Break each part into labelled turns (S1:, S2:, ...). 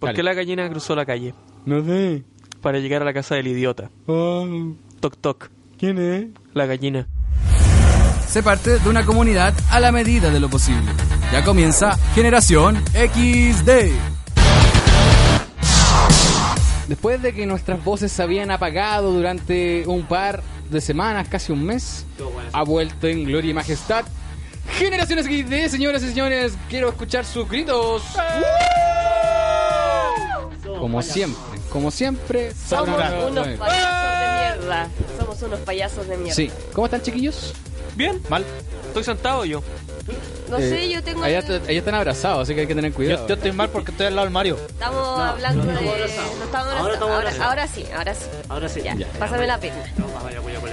S1: ¿Por
S2: Dale.
S1: qué la gallina cruzó la calle?
S2: No sé.
S1: Para llegar a la casa del idiota.
S2: Oh,
S3: Ah.
S1: Toc toc,
S2: ¿Quién es?
S1: la gallina.
S3: Se parte de una comunidad a la medida de lo posible. Ya comienza Generación XD.
S4: Después de que nuestras voces se habían apagado durante un par de semanas, casi un mes, ha vuelto en gloria y majestad. Generaciones XD, señoras y señores, quiero escuchar sus gritos. Como siempre, como siempre,
S5: Somos
S4: sabrán-
S5: unos
S4: eh,
S5: payasos de mierda. Somos unos payasos de mierda.
S4: Sí, ¿cómo están chiquillos?
S1: Bien,
S2: Mal.
S1: estoy sentado yo.
S5: No
S4: Eh,
S5: sé, yo tengo.
S4: Allá,
S5: el-
S4: allá están abrazados, así que hay que tener
S2: Yo,
S4: cuidado.
S2: yo estoy mal porque estoy al lado del Mario.
S5: Estamos hablando de. no estamos
S6: Ahora estamos
S5: ahora,
S6: abrazados.
S5: ahora sí, ahora sí.
S6: Ahora sí.
S5: Ya, pásame la pierna.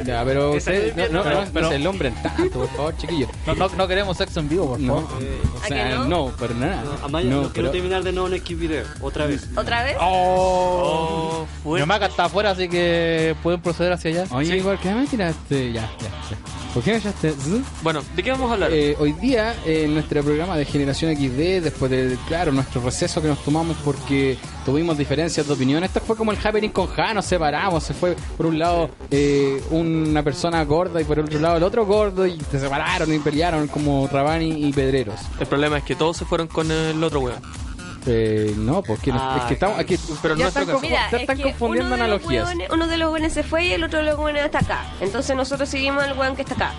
S4: Ya, pero
S6: Esa
S4: ustedes no,
S6: es
S4: no,
S6: bien,
S4: no,
S2: pero-
S4: no
S2: pero-
S4: se alumbren tanto, por favor, chiquillos.
S2: No, no, no queremos sexo en vivo, por
S4: No,
S2: favor.
S4: o
S5: ¿A
S4: sea,
S5: que
S4: no?
S5: no?
S4: pero nada.
S6: No, Amaya,
S4: no,
S6: no, quiero
S4: pero-
S6: terminar de nuevo en X video. Otra vez.
S5: ¿Otra vez?
S2: Oh.
S1: fue-
S2: Mi maca está afuera, así que pueden proceder hacia allá.
S4: Oye, igual, ¿qué me tiraste? Ya, ya, ya. ¿Por qué me echaste? ¿Zzz?
S1: Bueno, ¿de qué vamos a hablar?
S4: Eh, hoy día, eh, en nuestro programa de Generación XD, después de, claro, nuestro receso que nos tomamos porque tuvimos diferencias de opinión, esto fue como el happening con Ja, nos separamos, se fue por un lado eh, una persona gorda y por otro lado el otro gordo y se separaron y pelearon como Rabani y Pedreros.
S1: El problema es que todos se fueron con el otro weón.
S4: Eh, no, porque nos-
S6: Ah,
S4: es que estamos aquí,
S1: pero
S4: ya
S1: no
S4: están,
S1: es
S4: confu-
S5: Mira,
S4: ya
S5: es
S4: están
S5: que
S4: confundiendo
S5: uno de los
S4: analogías.
S5: hueones- uno de los buenos se fue y el otro de los buenos está acá. Entonces nosotros seguimos al hueón que está acá.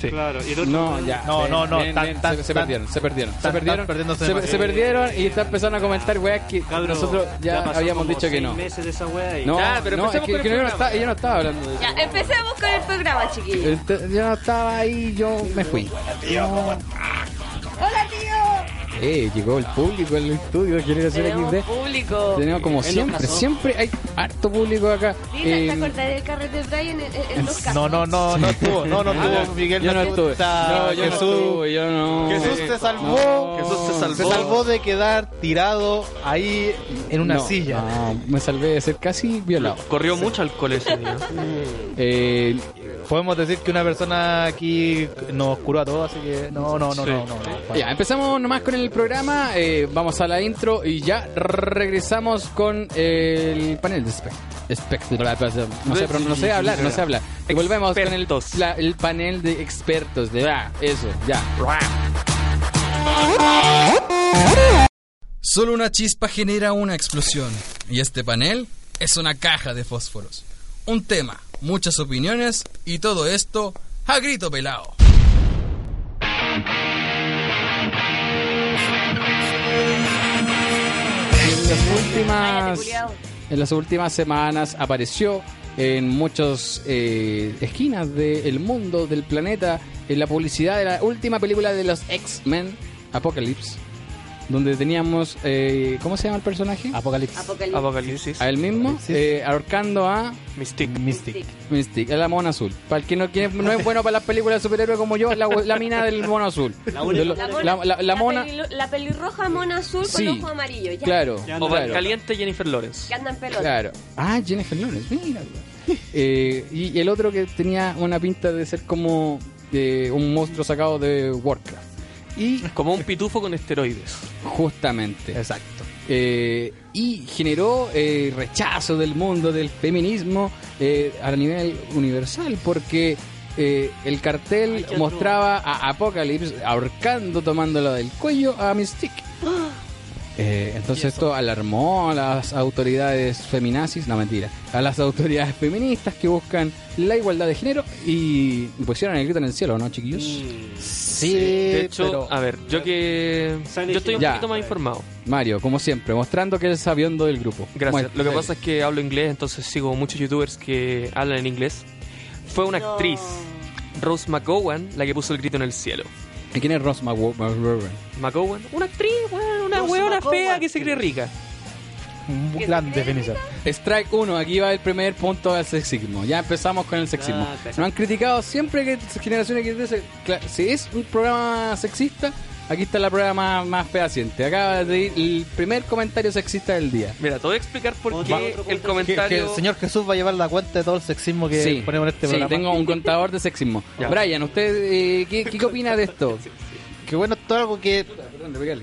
S6: Claro. Y el otro
S4: No, ya.
S2: No,
S4: ven,
S2: no, no,
S4: ven,
S2: tan,
S4: ven,
S2: tan,
S4: se, se
S2: tan.
S4: perdieron, se perdieron. se
S2: Tan, tan
S4: perdieron.
S2: perdiéndose
S4: se,
S2: demasiado.
S4: se perdieron y está empezaron a comentar, weas, que
S6: Cabro,
S4: nosotros ya,
S6: pasó
S4: habíamos
S6: como
S4: dicho que
S6: seis
S4: no.
S6: meses de esa wea y-
S4: No,
S1: Ya, Eh, pero
S4: no, es
S1: empecemos
S4: que,
S1: con el
S4: que yo,
S1: programa.
S4: no estaba, yo no estaba hablando de eso.
S5: Ya, empecemos con el programa, chiquillos.
S4: Este, Yo no estaba ahí, yo me fui.
S5: ¡Hola, tío!
S4: Eh, llegó el público al estudio de Generación
S5: Tenemos
S4: XD.
S5: público.
S4: Tenemos como
S6: Él nos
S4: siempre,
S6: casó.
S4: siempre hay harto público acá.
S5: Dile,
S4: Eh,
S5: ¿te acordás del carrete de Brian en, en- en los casos?
S2: No, no, no, no estuvo, no, no estuvo. Miguel
S4: yo Ah, no
S2: estuvo.
S4: estuve. No, yo no
S2: Jesús,
S4: estuve, yo no.
S2: Jesús se salvó.
S4: No.
S1: Jesús se salvó.
S2: Se salvó de quedar tirado ahí en una
S4: No, Ah.
S2: silla.
S4: no, me salvé de ser casi violado.
S1: Corrió mucho alcohol ese día.
S4: Eh,
S2: Podemos decir que una persona aquí nos curó a todos, así que no, no, no,
S1: Sí.
S2: no, no. no.
S4: Ya, empezamos nomás con el programa, eh, vamos a la intro y ya regresamos con el panel de espect- espect- No sé, pero no sé hablar, no sé hablar. Y volvemos con el,
S1: Expertos.
S4: la- el panel de expertos, de ah, eso, ya.
S3: Solo una chispa genera una explosión. Y este panel es una caja de fósforos. Un tema, muchas opiniones y todo esto a grito pelado.
S4: En las últimas,
S5: Cállate, culiao.
S4: en las últimas semanas apareció en muchas eh, esquinas del mundo, del planeta, en la publicidad de la última película de los X-Men, Apocalypse, donde teníamos, eh, ¿cómo se llama el personaje?
S2: Apocalipsis.
S5: Apocalipsis.
S1: Apocalipsis.
S4: A él mismo, eh, ahorcando a
S1: Mystique.
S2: Mystic.
S4: Mystic, a la mona azul. Para el que no, quien no es bueno para las películas de superhéroes como yo, la, la mina del mono azul.
S6: La única.
S4: De lo-
S5: La,
S4: la-
S5: mona,
S4: la- la mona,
S5: peli- la pelirroja mona azul
S4: Sí.
S5: con ojo amarillo. Ya.
S4: claro.
S6: Ya
S1: O
S6: no,
S4: claro.
S1: caliente Jennifer Lawrence.
S5: Que andan pelota.
S4: Claro. Ah, Jennifer Lawrence, mira. güey. Eh, y el otro que tenía una pinta de ser como eh, un monstruo sacado de Warcraft. Y
S1: Como un pitufo con esteroides.
S4: justamente.
S2: Exacto.
S4: Eh, y generó eh, rechazo del mundo del feminismo eh, a nivel universal porque eh, el cartel mostraba a Apocalypse ahorcando, tomándola del cuello a Mystique. Eh, entonces esto alarmó a las autoridades feminazis, no mentira, a las autoridades feministas que buscan la igualdad de género y pusieron el grito en el cielo, ¿no, chiquillos?
S6: Mm.
S2: Sí,
S1: De hecho,
S2: pero-
S1: Eh, a ver, yo que.
S6: Sale
S1: Yo estoy un
S4: Ya.
S1: poquito más informado.
S4: Mario, como siempre, mostrando que es sabiondo del grupo.
S1: Gracias.
S4: Bueno,
S1: Lo que
S4: eh,
S1: pasa es que hablo inglés, entonces sigo muchos youtubers que hablan en inglés. Fue una
S5: No.
S1: actriz, Rose McGowan, la que puso el grito en el cielo.
S4: ¿Y quién es Ross McGow- McGowan?
S1: McGowan, una actriz, weón, una
S6: Rose
S1: weona
S6: McGowan.
S1: fea que se cree rica.
S2: Un gran definición.
S4: Strike 1, aquí va el primer punto del sexismo. Ya empezamos con el sexismo.
S6: Ah, perfecto.
S4: Nos han criticado siempre que Generación XD se- cla- si es un programa sexista, aquí está la prueba más, más fehaciente. Acaba de ir el primer comentario sexista del día.
S1: Mira, te voy a explicar por
S6: Otro-
S1: qué
S6: otro
S1: el
S6: punto.
S2: Que, que
S1: comentario.
S2: el señor Jesús va a llevar la cuenta de todo el sexismo que
S4: sí,
S2: ponemos en este
S4: sí,
S2: programa.
S4: tengo un contador de sexismo.
S1: Ya.
S4: Brian, ¿usted eh, ¿qué, qué opina de esto?
S2: Que bueno, esto es algo que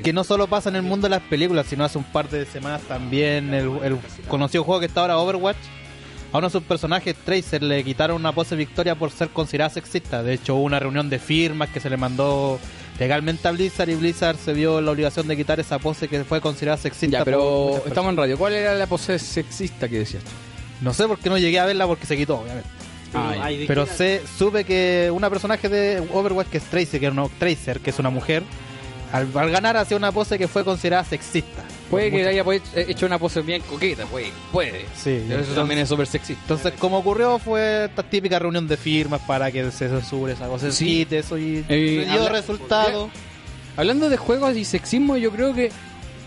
S2: que no solo pasa en el mundo de las películas, sino hace un par de semanas también el, el conocido juego que está ahora Overwatch. A uno de sus personajes, Tracer, le quitaron una pose de victoria por ser considerada sexista. De hecho, hubo una reunión de firmas que se le mandó legalmente a Blizzard y Blizzard se vio en la obligación de quitar esa pose que fue considerada
S4: Ya,
S2: sexista. por
S4: pero
S2: muchas personas.
S4: estamos en radio. ¿Cuál era la pose sexista que decías? tú?
S2: No sé por qué no llegué a verla porque se quitó, obviamente.
S4: Ah, ya.
S2: Pero sé, supe que una personaje de Overwatch que es Tracer, que, no, Tracer, que es una mujer, al, al ganar hacía una pose que fue considerada sexista.
S4: Puede que haya pues, hecho una pose bien coqueta, puede. puede.
S2: Sí,
S4: Pero eso también es súper sexista.
S2: Entonces, como ocurrió, fue esta típica reunión de firmas para que se censure esa cosa.
S4: Sí.
S2: Sí, eso y
S4: Eh,
S2: se dio
S4: habla-
S2: resultado.
S4: Hablando de juegos y sexismo, yo creo que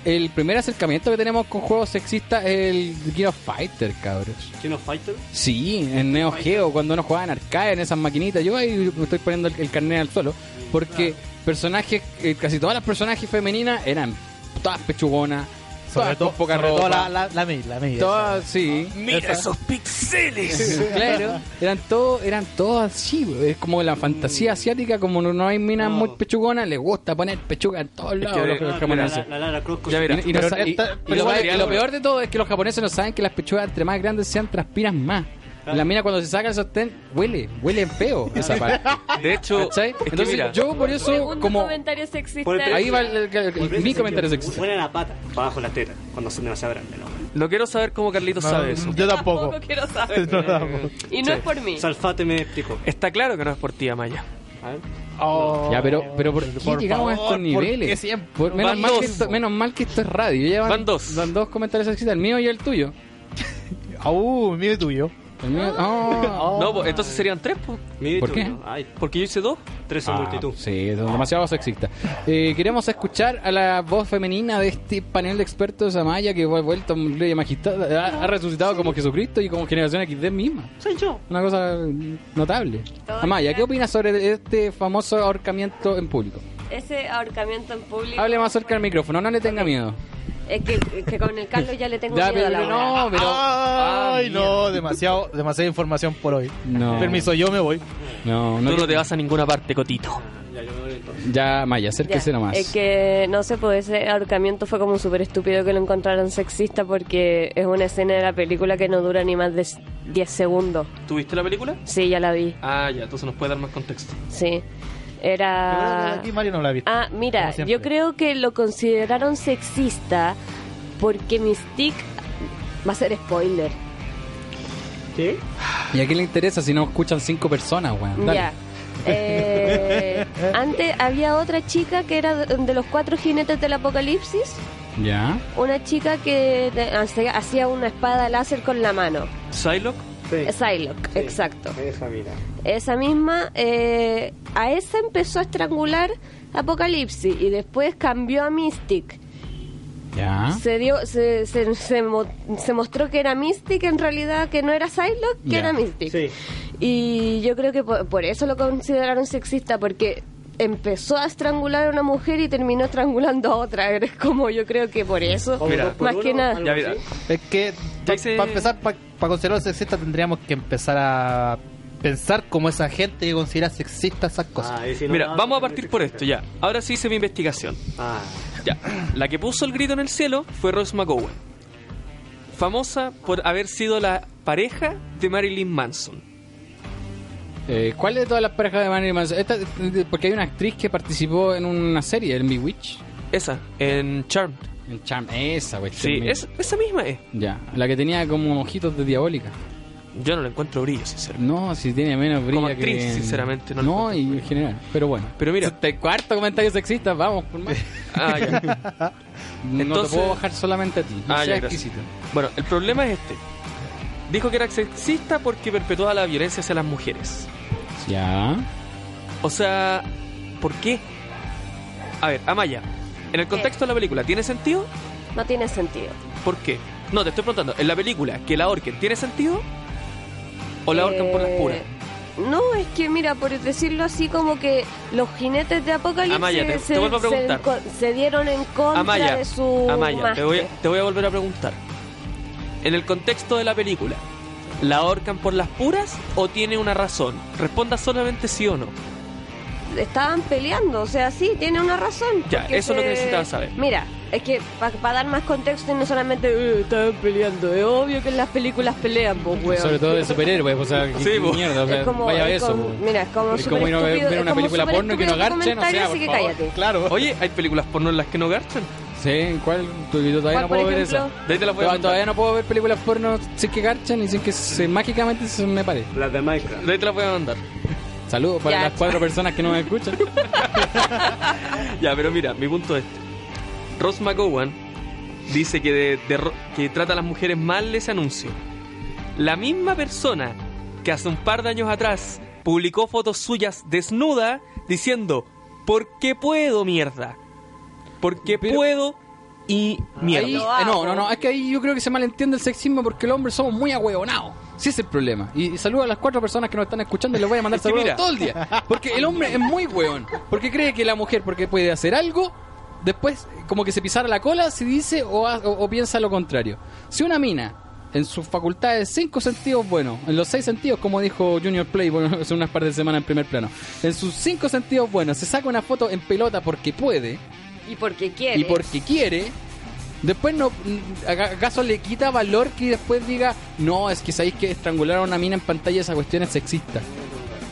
S4: el primer acercamiento que tenemos con juegos sexistas es el King of Fighter, cabros.
S6: ¿Quién of Fighter?
S4: Sí, en Neo Geo, cuando uno jugaba en arcade, en esas maquinitas. Yo ahí estoy poniendo el, el carnet al suelo. Porque personajes, eh, casi todas las personajes femeninas eran todas pechugonas, todas con poca
S2: sobre todo
S4: ropa.
S2: la, la, la mía, la mía.
S4: todas, sí.
S1: ¡Mira esos pixeles!
S4: Claro, eran todos eran todos así, bro. es como la fantasía asiática, como no, no hay minas
S6: No.
S4: muy pechugonas, les gusta poner pechuga en todos lados.
S1: que-
S4: los- los
S6: Ah,
S4: japoneses.
S6: la, la Lara Croft con
S1: Ya
S6: su-
S1: verás.
S4: Y no
S2: Pero
S4: sa- y-
S2: esta-
S4: y lo,
S1: pero
S4: peor,
S1: vale,
S4: lo peor de todo es que los japoneses no saben que las pechugas entre más grandes sean transpiran más. La mina cuando se saca el sostén huele, huele feo esa parte.
S1: De hecho,
S4: ¿Cachai?
S1: es que
S4: Entonces
S1: mira,
S4: yo por eso
S7: Segundo
S4: como
S7: comentario sexista.
S6: Por el
S4: ahí va el- el- el-
S6: Por ver
S4: mi
S6: ese
S4: comentario
S6: sentido,
S4: sexista.
S6: Huele a la pata, para abajo la teta, cuando son demasiado grandes. ¿no?
S1: no quiero saber cómo Carlitos
S2: No,
S1: sabe eso.
S2: Yo tampoco.
S7: quiero saber.
S2: No, tampoco.
S7: Y no es por mí.
S6: Salfate me explicó.
S1: Está claro que no es por ti, Amaya.
S6: A ver.
S4: Ya, pero, pero ¿por qué
S2: Por
S4: llegamos a estos
S2: favor, ¿por qué
S4: niveles?
S2: siempre?
S4: Por- menos,
S1: Van
S4: mal que
S1: dos.
S4: esto, menos mal que esto es radio. Ya van,
S1: Van dos.
S4: Van dos comentarios sexistas, el mío y el tuyo.
S2: Au, mío y tuyo.
S4: El mío- oh.
S1: No, pues, entonces serían tres, po,
S6: Mi
S4: ¿Por
S6: turno.
S4: qué?
S6: Ay,
S1: porque yo hice dos.
S6: tres en
S4: Ah,
S6: multitud.
S4: Sí, es demasiado sexista. Eh, queremos escuchar a la voz femenina de este panel de expertos Amaya que ha vuelto ley magistrada, ha, ha resucitado como Jesucristo y como generación XD misma.
S6: Soy yo.
S4: Una cosa notable.
S7: Todo
S4: Amaya,
S7: bien.
S4: ¿qué opinas sobre este famoso ahorcamiento en público?
S7: Ese ahorcamiento en público.
S4: Hable más cerca del micrófono, no le tenga miedo.
S5: Es que, es que con el Carlos ya le tengo
S4: Ya,
S5: miedo a la
S4: pero
S5: hora. Ah.
S4: no, pero
S2: Ay, no, demasiado, demasiada información por hoy.
S4: no.
S2: Permiso, yo me voy.
S4: No, no,
S1: Tú no te vas a ninguna parte, Cotito.
S6: Ya, yo me voy entonces.
S4: Ya, Amaya,
S5: Ya,
S4: acérquese nomás.
S5: Es que, no sé, pues ese ahorcamiento fue como súper estúpido que lo encontraron sexista porque es una escena de la película que no dura ni más de s- 10 segundos.
S1: ¿Tuviste la película?
S5: Sí, ya la vi,
S1: Ah, ya, entonces nos puede dar más contexto.
S5: sí.
S2: Yo creo
S5: Era...
S2: que Aquí Mario no la ha visto.
S5: Ah, mira,
S2: Como siempre.
S5: yo creo que lo consideraron sexista porque Mystique va a ser spoiler.
S6: ¿Qué?
S4: ¿Y a quién le interesa si no escuchan cinco personas, weón? Dale.
S5: Ya. Eh, antes había otra chica que era de de los cuatro jinetes del apocalipsis.
S4: Ya.
S5: Una chica que te- hacía hacía una espada láser con la mano.
S1: Psylocke,
S6: Sí.
S5: Psylocke,
S6: Sí.
S5: exacto.
S6: Esa mira.
S5: Esa misma, eh, a esa empezó a estrangular Apocalipsis y después cambió a Mystic.
S1: Ah.
S4: Ya.
S5: Se, dio, se, se, se mo- se mostró que era Mystic en realidad, que no era Psylocke, que
S4: Ya.
S5: era Mystic.
S6: Sí.
S5: Y yo creo que por, por eso lo consideraron sexista, porque empezó a estrangular a una mujer y terminó estrangulando a otra. Es como yo creo que por eso,
S6: O
S1: Mira,
S6: dos por
S5: más que
S6: uno,
S5: nada.
S6: algo
S1: ya mira.
S6: así.
S2: Es que,
S1: Ya hice-
S2: para empezar, para considerar sexista, tendríamos que empezar a pensar como esa gente que considera sexista esas cosas.
S6: Ah, y si no
S1: Mira,
S6: nada,
S1: vamos a
S6: también
S1: partir
S6: es
S1: por esto,
S6: sexista.
S1: ya. Ahora sí hice mi investigación.
S6: Ah,
S1: Ya. La que puso el grito en el cielo fue Rose McGowan. Famosa por haber sido la pareja de Marilyn Manson.
S4: Eh, ¿Cuál de todas las parejas de Marilyn Manson? Esta- porque hay una actriz que participó en una serie, el Bewitch.
S1: Esa, en Charmed.
S4: En Charm. Esa, güey.
S1: Sí,
S4: Charm.
S1: es, esa misma es.
S4: Ya. La que tenía como ojitos de diabólica.
S1: Yo no le encuentro brillo, sinceramente.
S4: No, si tiene menos brillo.
S1: Como actriz,
S4: que...
S1: sinceramente, no
S4: No,
S1: la
S4: no
S1: encuentro.
S4: y en general. Pero bueno.
S1: Pero mira.
S4: Este cuarto comentario sexista, vamos, por más.
S1: Ah, ya.
S4: no te
S1: Entonces-
S4: puedo bajar solamente a ti. No
S1: Ah, ya,
S4: seas
S1: gracias.
S4: exquisito.
S1: Bueno, el problema es este. Dijo que era sexista porque perpetuaba la violencia hacia las mujeres.
S4: Ya.
S1: O sea, ¿por qué? A ver, Amaya, en el contexto de la película, ¿tiene sentido?
S5: no tiene sentido.
S1: ¿Por qué? No, te estoy preguntando, ¿en la película que la ahorquen tiene sentido? ¿O la ahorcan por las
S5: Eh,
S1: puras?
S5: No, es que mira, por decirlo así, como que los jinetes de Apocalipsis
S1: Amaya, te-
S5: se,
S1: te vuelvo a
S5: se
S1: preguntar.
S5: enco- se dieron en contra
S1: Amaya,
S5: de su
S1: Amaya, te
S5: máster.
S1: voy, te voy a volver a preguntar. En el contexto de la película, ¿la ahorcan por las puras o tiene una razón? Responda solamente sí o no.
S5: estaban peleando, o sea, sí, tiene una razón.
S1: Ya,
S5: porque
S1: eso es lo que necesitaba saber.
S5: Mira, es que para dar más contexto y no solamente "Eh, estaban peleando, es obvio que en las películas pelean, pues, weón.
S8: Sobre todo de superhéroes, o sea,
S1: Sí,
S8: qué
S1: po.
S8: mierda, o sea,
S5: es como,
S8: vaya a ver
S5: es
S8: eso.
S5: como-
S8: po.
S5: mira, es como
S8: es
S5: súper
S8: como ir a ver-
S5: estúpido-
S8: ver
S5: es
S8: una
S5: como
S8: película
S5: súper
S8: porno que no
S5: estúpido tu
S8: garchen, o
S5: comentario,
S8: sea,
S5: así
S8: por
S5: que
S8: favor.
S5: cállate.
S2: Claro.
S1: Oye, hay películas porno en las que no garchan.
S4: Sí, ¿en cuál? Tú- Yo todavía
S5: ¿Cuál,
S4: no
S5: por
S4: puedo ver
S5: ejemplo?
S4: esa.
S1: De ahí te las voy a
S4: Todavía-
S1: mandar.
S4: Todavía no puedo ver películas porno sin que garchan y sin que se, mágicamente se me pare.
S6: Las de Minecraft.
S4: Eh,
S1: De ahí te las voy a mandar.
S4: Saludos para
S5: Ya,
S4: las cuatro personas que no me escuchan.
S1: Ya, pero mira, mi punto es este. Ross McGowan dice que, de- de ro- que trata a las mujeres mal ese anuncio. La misma persona que hace un par de años atrás publicó fotos suyas desnuda diciendo, ¿por qué puedo mierda? ¿Por qué
S4: Pero-
S1: puedo y mierda?
S4: Ahí- eh, no, no, no, es que ahí yo creo que se malentiende el sexismo porque los hombres somos muy ahueonados. Sí ese es el problema. Y, y saludo a las cuatro personas que nos están escuchando y les voy a mandar
S1: Es que
S4: saludos
S1: mira.
S4: todo el día. Porque el hombre es muy hueón. Porque cree que la mujer, porque puede hacer algo, después como que se pisara la cola si dice o, ha- o- o piensa lo contrario. Si una mina en sus facultades cinco sentidos buenos, en los seis sentidos, como dijo Junior Play bueno, hace unas par de semanas en primer plano, en sus cinco sentidos buenos se saca una foto en pelota porque puede,
S5: Y porque quiere.
S4: y porque quiere. Después no mm, aga- acaso le quita valor que después diga, "No, es que sabéis que estrangular a una mina en pantalla esa cuestión es sexista."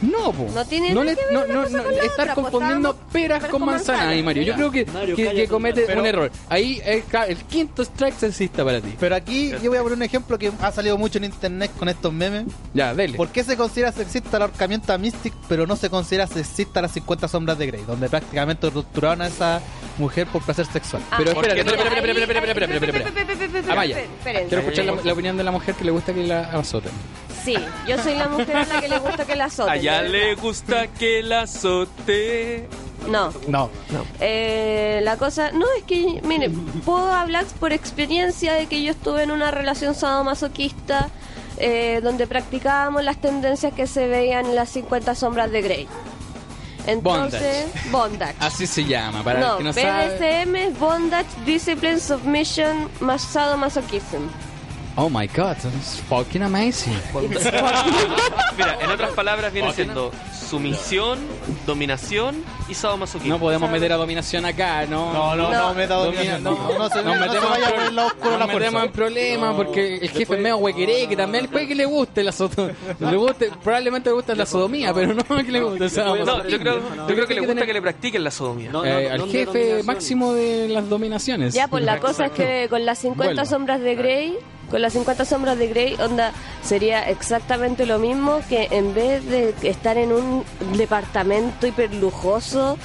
S4: No, po.
S5: No tiene nada que ver
S4: no,
S5: una
S4: no,
S5: cosa
S4: no,
S5: con la
S4: estar
S5: otra, po.
S4: confundiendo
S5: Estábamos-
S4: peras
S5: peras
S4: con
S5: con
S4: manzanas,
S5: manzanas.
S4: ahí, Mario. Yo
S5: Ya.
S4: creo que,
S6: Mario,
S4: que- que
S6: cállate,
S4: comete
S6: pero-
S4: un error. Ahí es ca- el quinto strike sexista para ti.
S2: Pero aquí yo voy a poner un ejemplo que ha salido mucho en internet con estos memes.
S4: Ya, dele.
S2: ¿Por qué se considera sexista la ahorcamiento a Mystic, pero no se considera sexista las 50 sombras de Grey, donde prácticamente torturaron a esa mujer por placer sexual?
S4: Pero espérate,
S5: Ah, porque-
S4: espera, espera, espera, espera,
S5: ahí-
S4: espera,
S5: ahí-
S4: espera, espera,
S5: espera, espera, espera,
S4: Amaya,
S5: espera, esperen.
S4: Ah, Quiero escuchar la, la opinión de la mujer que le gusta que la azoten.
S5: Sí, yo soy la mujer a la que le gusta que la azoten.
S1: Allá
S5: de
S1: le
S5: verdad.
S1: gusta que la azote.
S5: No,
S2: No.
S5: eh, la cosa... No, es que, mire, puedo hablar por experiencia de que yo estuve en una relación sadomasoquista eh, donde practicábamos las tendencias que se veían en las 50 sombras de Grey. Entonces, bondage.
S4: Así se llama, Ah, para el
S5: no,
S4: que no sabe.
S5: BDSM es Bondage, Discipline, Submission, mas- Sadomasochism.
S4: Oh my god, that's fucking amazing.
S1: Mira, en otras palabras viene siendo sumisión, dominación y sadomasoquismo.
S4: No podemos meter a dominación acá, no.
S2: No, no, no,
S5: No.
S2: me he dado
S4: Domina-
S2: no, no, no, se,
S4: nos
S2: no se
S4: metemos
S2: vaya
S4: en
S2: por el lado oscuro
S4: pro-
S2: de la
S4: Nos metemos
S2: fuerza.
S4: en problemas porque el jefe es medio huequeré, que también puede que le guste la sodomía. Probablemente le gusta la sodomía, pero no que le guste. o sea, vamos a-
S1: No, yo creo, yo creo que le gusta
S4: tener-
S1: que le practiquen la sodomía.
S6: No, no,
S4: eh,
S6: no,
S4: al
S6: no,
S4: jefe
S6: dominación.
S4: máximo de las dominaciones.
S5: Ya, pues la cosa es que con las 50
S4: Vuelva. Ah.
S5: sombras de Grey, con las 50 sombras de Grey, onda, sería exactamente lo mismo que en vez de estar en un departamento hiper lujoso,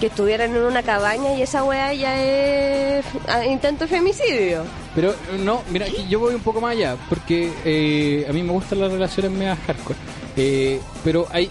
S5: que estuvieran en una cabaña y esa weá ya es ah, intento de femicidio.
S4: Pero eh, no, mira, aquí yo voy un poco más allá, porque eh, a mí me gustan las relaciones medias hardcore. Eh, pero hay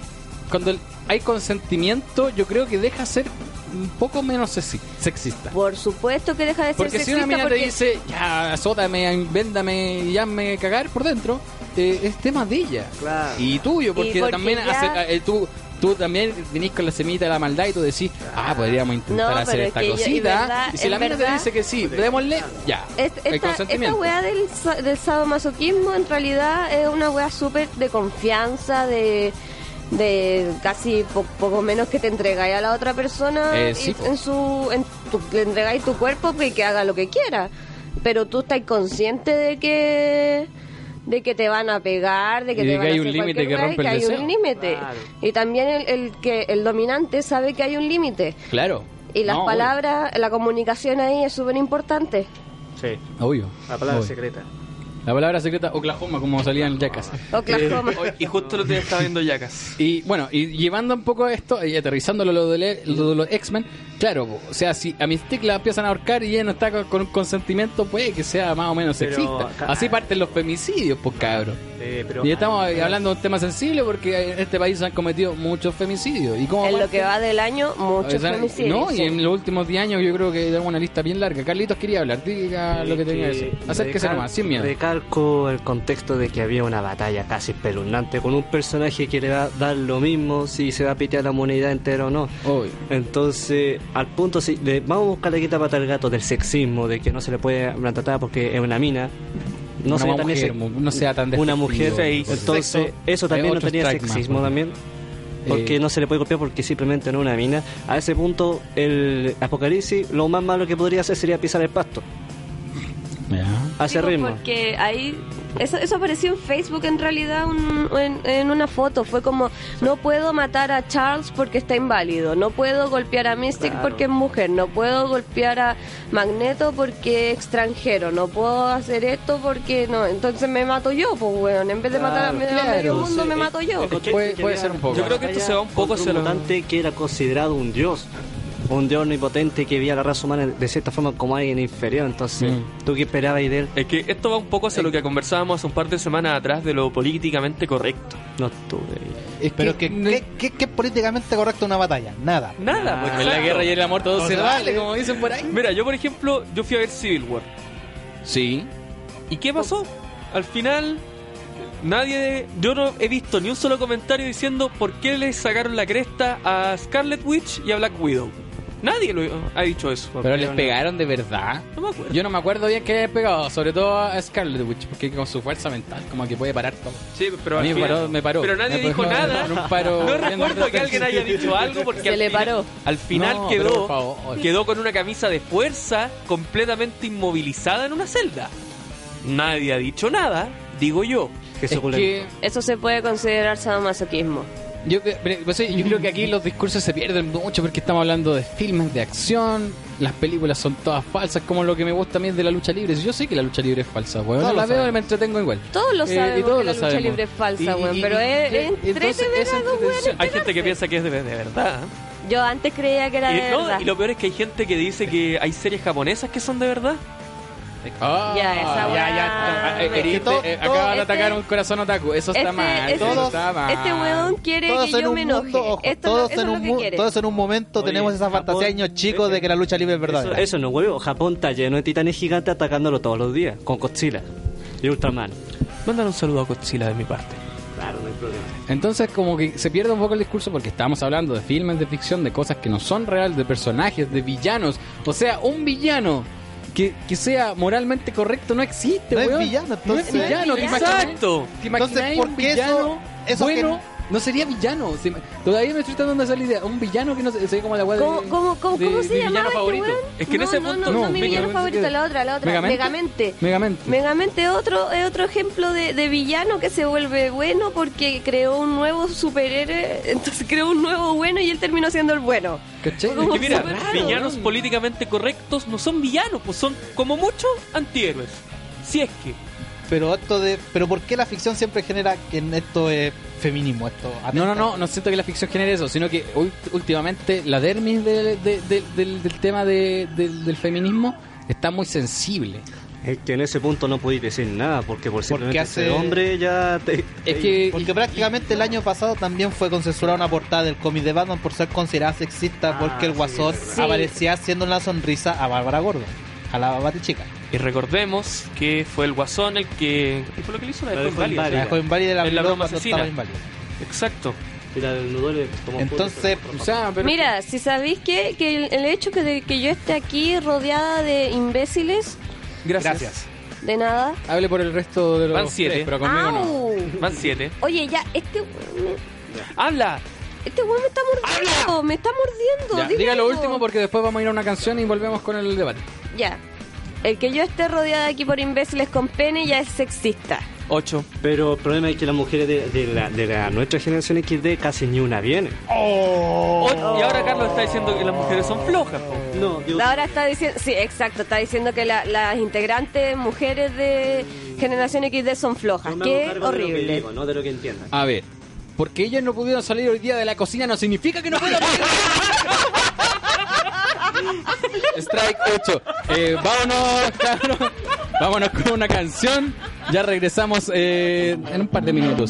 S4: cuando el- hay consentimiento, yo creo que deja ser un poco menos sexi- sexista.
S5: Por supuesto que deja de ser
S4: Porque si una
S5: sexista
S4: mina te
S5: porque-
S4: dice, ya, azótame, véndame y hazme cagar por dentro, eh, es tema de ella.
S6: Claro.
S4: Y tuyo, porque,
S5: Y porque
S4: también
S5: ya-
S4: hace- eh, tú, tú también venís con la semillita de la maldad y tú decís, ah, podríamos intentar
S5: No,
S4: hacer
S5: pero es
S4: esta
S5: que yo- en
S4: cosita.
S5: verdad-
S4: y si la
S5: en
S4: mina te
S5: verdad-
S4: dice que sí, démosle, ya.
S5: Es-
S4: el
S5: Esta, esta
S4: consentimiento.
S5: weá del, sa- del sadomasoquismo en realidad es una weá súper de confianza, de, de casi po- poco menos que te entregáis a la otra persona
S4: Eh,
S5: y-
S4: sí, po.
S5: en su, en tu- le entregáis tu cuerpo y que haga lo que quiera. Pero tú estás consciente de que de que te van a pegar, de que
S4: Y
S5: te
S4: de
S5: van
S4: que hay
S5: a
S4: un
S5: hacer
S4: límite
S5: cualquier
S4: que
S5: weá y
S4: rompe
S5: que
S4: el
S5: hay
S4: deseo.
S5: un límite.
S6: Claro.
S5: Y también el, el que el dominante sabe que hay un límite.
S4: Claro.
S5: Y las
S4: No,
S5: palabras, la comunicación ahí es súper importante.
S6: Sí,
S4: Obvio.
S6: la palabra
S4: Obvio.
S6: secreta.
S4: La palabra secreta Oklahoma, como salían yacas.
S5: Oklahoma.
S6: Eh,
S1: Oye, Y justo lo te estaba viendo Yacas.
S4: Y bueno, y llevando un poco esto y aterrizándolo lo de le- lo de los X-Men, claro, po, o sea, si a Mystique la empiezan a ahorcar y ella no está con, con un consentimiento, puede que sea más o menos
S6: Pero,
S4: sexista.
S6: ca-
S4: Así parten los femicidios, pues cabros.
S6: Eh, pero,
S4: Y estamos eh, hablando de un tema sensible porque en este país se han cometido muchos femicidios. ¿Y cómo
S5: En lo
S4: parte?
S5: que va del año, muchos
S4: O sea,
S5: femicidios.
S4: No, y
S5: sí.
S4: en los últimos 10 años yo creo que tengo una lista bien larga. Carlitos quería hablar, diga Ah, lo que tenía que decir. Acérquese
S6: recal-
S4: nomás, sin miedo.
S6: Recalco el contexto de que había una batalla casi espeluznante con un personaje que le va a dar lo mismo si se va a pitear la humanidad entera o no.
S4: Obvio.
S6: Entonces, al punto, si le- vamos a buscar la quita para el gato del sexismo, de que no se le puede maltratar porque es una mina. No
S4: Una
S6: sería tan
S4: mujer,
S6: ese-
S4: mu- no sea tan
S6: Una
S4: despectivo.
S6: mujer.
S4: Sí,
S6: Entonces,
S4: perfecto.
S6: eso también
S4: Hay
S6: no
S4: otro
S6: tenía
S4: strike más,
S6: sexismo
S4: por
S6: también. porque
S4: Eh,
S6: no se le puede golpear porque simplemente no es una mina. A ese punto, el apocalipsis, lo más malo que podría hacer sería pisar el pasto,
S4: Ya.
S6: a ese
S5: Digo,
S6: ritmo.
S5: Porque ahí. Eso, eso apareció en Facebook en realidad un- en, en una foto. Fue como: no puedo matar a Charles porque está inválido. No puedo golpear a Mystic
S6: Claro.
S5: porque es mujer. No puedo golpear a Magneto porque es extranjero. No puedo hacer esto porque no. Entonces me mato yo, pues, weón. En vez de matar a,
S6: Claro.
S5: me- a medio mundo, me mato yo.
S4: Puede- puede ser un poco.
S1: Yo creo que esto se va un poco
S6: hacia
S1: hacia
S6: un
S1: lo-
S6: mutante que era considerado un dios. Un dios omnipotente que veía a la raza humana de cierta forma como alguien inferior. Entonces,
S4: Mm.
S6: ¿tú qué esperabas de él?
S1: Es que esto va un poco hacia lo que conversábamos hace un par de semanas atrás de lo políticamente correcto.
S6: No estuve.
S4: Es
S2: Pero es que,
S4: no-
S2: ¿qué, qué, qué es políticamente correcto una batalla? Nada.
S1: Nada, pues,
S6: En la
S1: exacto.
S4: guerra y el amor todo
S2: No
S4: se
S2: se
S4: vale,
S2: vale.
S4: como dicen por ahí.
S1: Mira, yo por ejemplo, yo fui a ver Civil War.
S4: Sí.
S1: ¿Y qué pasó? Al final, nadie. Yo no he visto ni un solo comentario diciendo por qué le sacaron la cresta a Scarlet Witch y a Black Widow. Nadie lo ha dicho eso.
S4: Pero les pegaron de verdad.
S1: No me acuerdo.
S4: Yo no me acuerdo bien que les pegado, sobre todo a Scarlet Witch, porque con su fuerza mental, como que puede parar todo.
S1: Sí, pero
S4: a mí
S1: al
S4: me
S1: final-
S4: paró, me paró.
S1: Pero nadie
S4: Me
S1: dijo
S4: paró,
S1: nada.
S4: me paró un paro
S1: no
S4: bien
S1: recuerdo que
S4: brutal.
S1: alguien haya dicho algo porque
S5: Se
S1: al
S5: le
S1: final-
S5: paró.
S1: Al final
S4: No, pero por
S1: quedó
S4: favor.
S1: quedó con una camisa de fuerza completamente inmovilizada en una celda. Nadie ha dicho nada, digo yo.
S6: Qué
S4: Es que-
S6: suculento.
S5: Eso se puede considerar sadomasoquismo.
S4: Yo, cre- pero, pues, sí, yo creo que aquí los discursos se pierden mucho porque estamos hablando de filmes de acción, las películas son todas falsas, como lo que me gusta a mí es de la lucha libre. Yo sé que la lucha libre es falsa, weón.
S2: Todos
S4: la veo y
S2: lo sabemos.
S4: me entretengo igual.
S5: Todos lo
S4: Eh, y
S5: sabemos
S4: todos
S5: que
S4: lo
S5: la lucha
S4: sabemos.
S5: libre es falsa,
S4: Y-
S5: weón.
S4: y-
S5: Pero
S4: y-
S5: es,
S4: y-
S5: es
S4: entonces,
S5: entrete ver
S4: es
S5: a dos weones
S4: entretención.
S1: Hay gente que piensa que es de, de verdad.
S5: pelear. Yo antes creía que era
S1: Y,
S5: de
S1: no,
S5: verdad.
S1: y lo peor es que hay gente que dice que hay series japonesas que son de verdad.
S4: Ah,
S5: Ya, esa weá-
S4: ya, ya. Eh,
S5: Es Ah, que
S4: heriste,
S2: todo-
S4: eh,
S2: todo-
S4: acaban de
S5: este-
S4: atacar a un corazón otaku. Eso está
S5: Este-
S4: mal.
S5: este-
S4: eso está mal.
S5: Este weón quiere que yo me enoje.
S2: ojo,
S5: Esto
S2: todos,
S5: es lo, eso
S2: en
S5: es
S2: un
S5: lo
S2: mu-
S5: que quiere.
S2: todos en un momento
S6: Oye,
S2: tenemos esa
S6: Japón-
S2: fantasía de años chicos de que la lucha libre es
S6: Eso,
S2: verdadera.
S6: eso no, huevo. Japón está lleno de titanes gigantes atacándolo todos los días, con Godzilla y Ultraman.
S1: Mándale un saludo a Godzilla de mi parte.
S6: Claro, no hay problema.
S4: Entonces como que se pierde un poco el discurso porque estábamos hablando de filmes de ficción, de cosas que no son reales, de personajes, de villanos. O sea, un villano que, que sea moralmente correcto no existe,
S2: No es
S4: weón.
S2: villano,
S4: no
S2: entonces.
S4: es villano.
S5: No es
S4: ¿te
S5: villano.
S4: imaginas?
S1: Exacto.
S4: ¿Te imaginas
S2: Entonces, ¿por
S4: un
S2: qué
S4: villano
S2: eso- eso
S4: bueno?
S2: que-
S4: No sería villano. Se me- Todavía me estoy tratando de hacer la idea. Un villano que no se, se ve como la weá de,
S5: ¿Cómo, cómo, cómo,
S4: de-
S5: cómo
S4: de
S5: se llamaba
S4: villano
S5: este
S4: favorito.
S5: weón?
S1: Es que en
S5: no,
S1: ese
S5: no,
S1: punto-
S5: No, no,
S4: No,
S5: mi villano
S4: Megamente.
S5: favorito, la otra, la otra.
S4: ¿Megamente?
S5: Megamente.
S4: Megamente.
S5: Megamente otro, es otro ejemplo de, de villano que se vuelve bueno porque creó un nuevo superhéroe, entonces creó un nuevo bueno y él terminó siendo el bueno.
S4: ¿Cachai?
S5: Es
S1: Es
S5: como
S1: que mira,
S5: súper raro,
S1: villanos
S4: ¿no?
S1: políticamente correctos no son villanos, pues son como mucho antihéroes. Si es que.
S2: Pero esto de, pero ¿por qué la ficción siempre genera que en esto es feminismo? Esto
S4: Ah, No, no,
S2: atenta?
S4: no, no siento que la ficción genere eso, sino que ul- últimamente la dermis de- de- de- del, del tema de- del- del feminismo está muy sensible.
S6: Es que en ese punto no podéis decir nada, porque por simplemente
S2: hace-
S6: ser hombre ya te...
S4: Es que
S2: Porque prácticamente el año pasado también fue consensuada una portada del cómic de Batman por ser considerada sexista
S6: Ah,
S2: porque el
S6: sí,
S2: guasón
S6: es verdad.
S5: Sí.
S2: aparecía haciendo una sonrisa a Bárbara Gordo, a la batichica.
S1: Y recordemos que fue el guasón el que. ¿Qué fue lo que le hizo? La
S6: La
S1: dejó
S6: dejó
S1: inválida.
S2: La
S6: inválida.
S2: dejó inválida y la
S1: Es la
S2: violó
S1: broma
S2: cuando
S1: asesina.
S2: estaba inválida.
S1: Exacto.
S6: Y la del nudo le tomó
S2: Entonces,
S6: foto.
S4: o sea, pero-
S5: Mira, si sabéis que, que el, el hecho que de que yo esté aquí rodeada de imbéciles,
S1: Gracias.
S2: gracias.
S5: de nada.
S4: hable por el resto de los
S1: Van siete.
S4: tres, pero conmigo no.
S5: ¡Au!
S1: Van siete.
S5: Oye, ya, este weón me-
S1: ¡Habla!
S5: Este weón me está mordiendo, me está mordiendo.
S4: Ya,
S5: dile
S4: diga lo
S5: algo.
S4: último porque después vamos a ir a una canción y volvemos con el debate.
S5: Ya. El que yo esté rodeada aquí por imbéciles con pene ya es sexista.
S1: Ocho.
S6: Pero el problema es que las mujeres de, de la, de la nuestra generación XD casi ni una viene.
S1: Ocho. Y ahora Carlos está diciendo que las mujeres son flojas. pues. po.
S6: No, digo,
S5: Ahora está diciendo, sí, exacto, está diciendo que la- las integrantes mujeres de Generación XD son flojas.
S6: yo me hago
S5: Qué
S6: cargo de lo que
S5: horrible.
S6: digo, no de lo que entiendan.
S4: A ver, porque ellas no pudieron salir hoy día de la cocina no significa que no puedan Strike 8. Eh, vámonos, cabrón. Vámonos con una canción. Ya regresamos eh, en un par de minutos.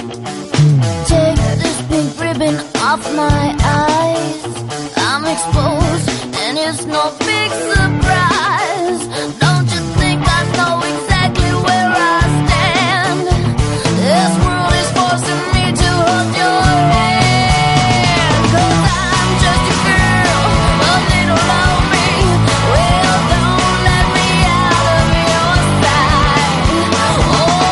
S8: Take this pink ribbon off my eyes. I'm exposed, and it's no big surprise. Don't you think I know exactly where I stand? This world is forcing me to hold your hand. Cause I'm just a girl, a little lonely. Well, don't let me out of your sight.
S9: Oh,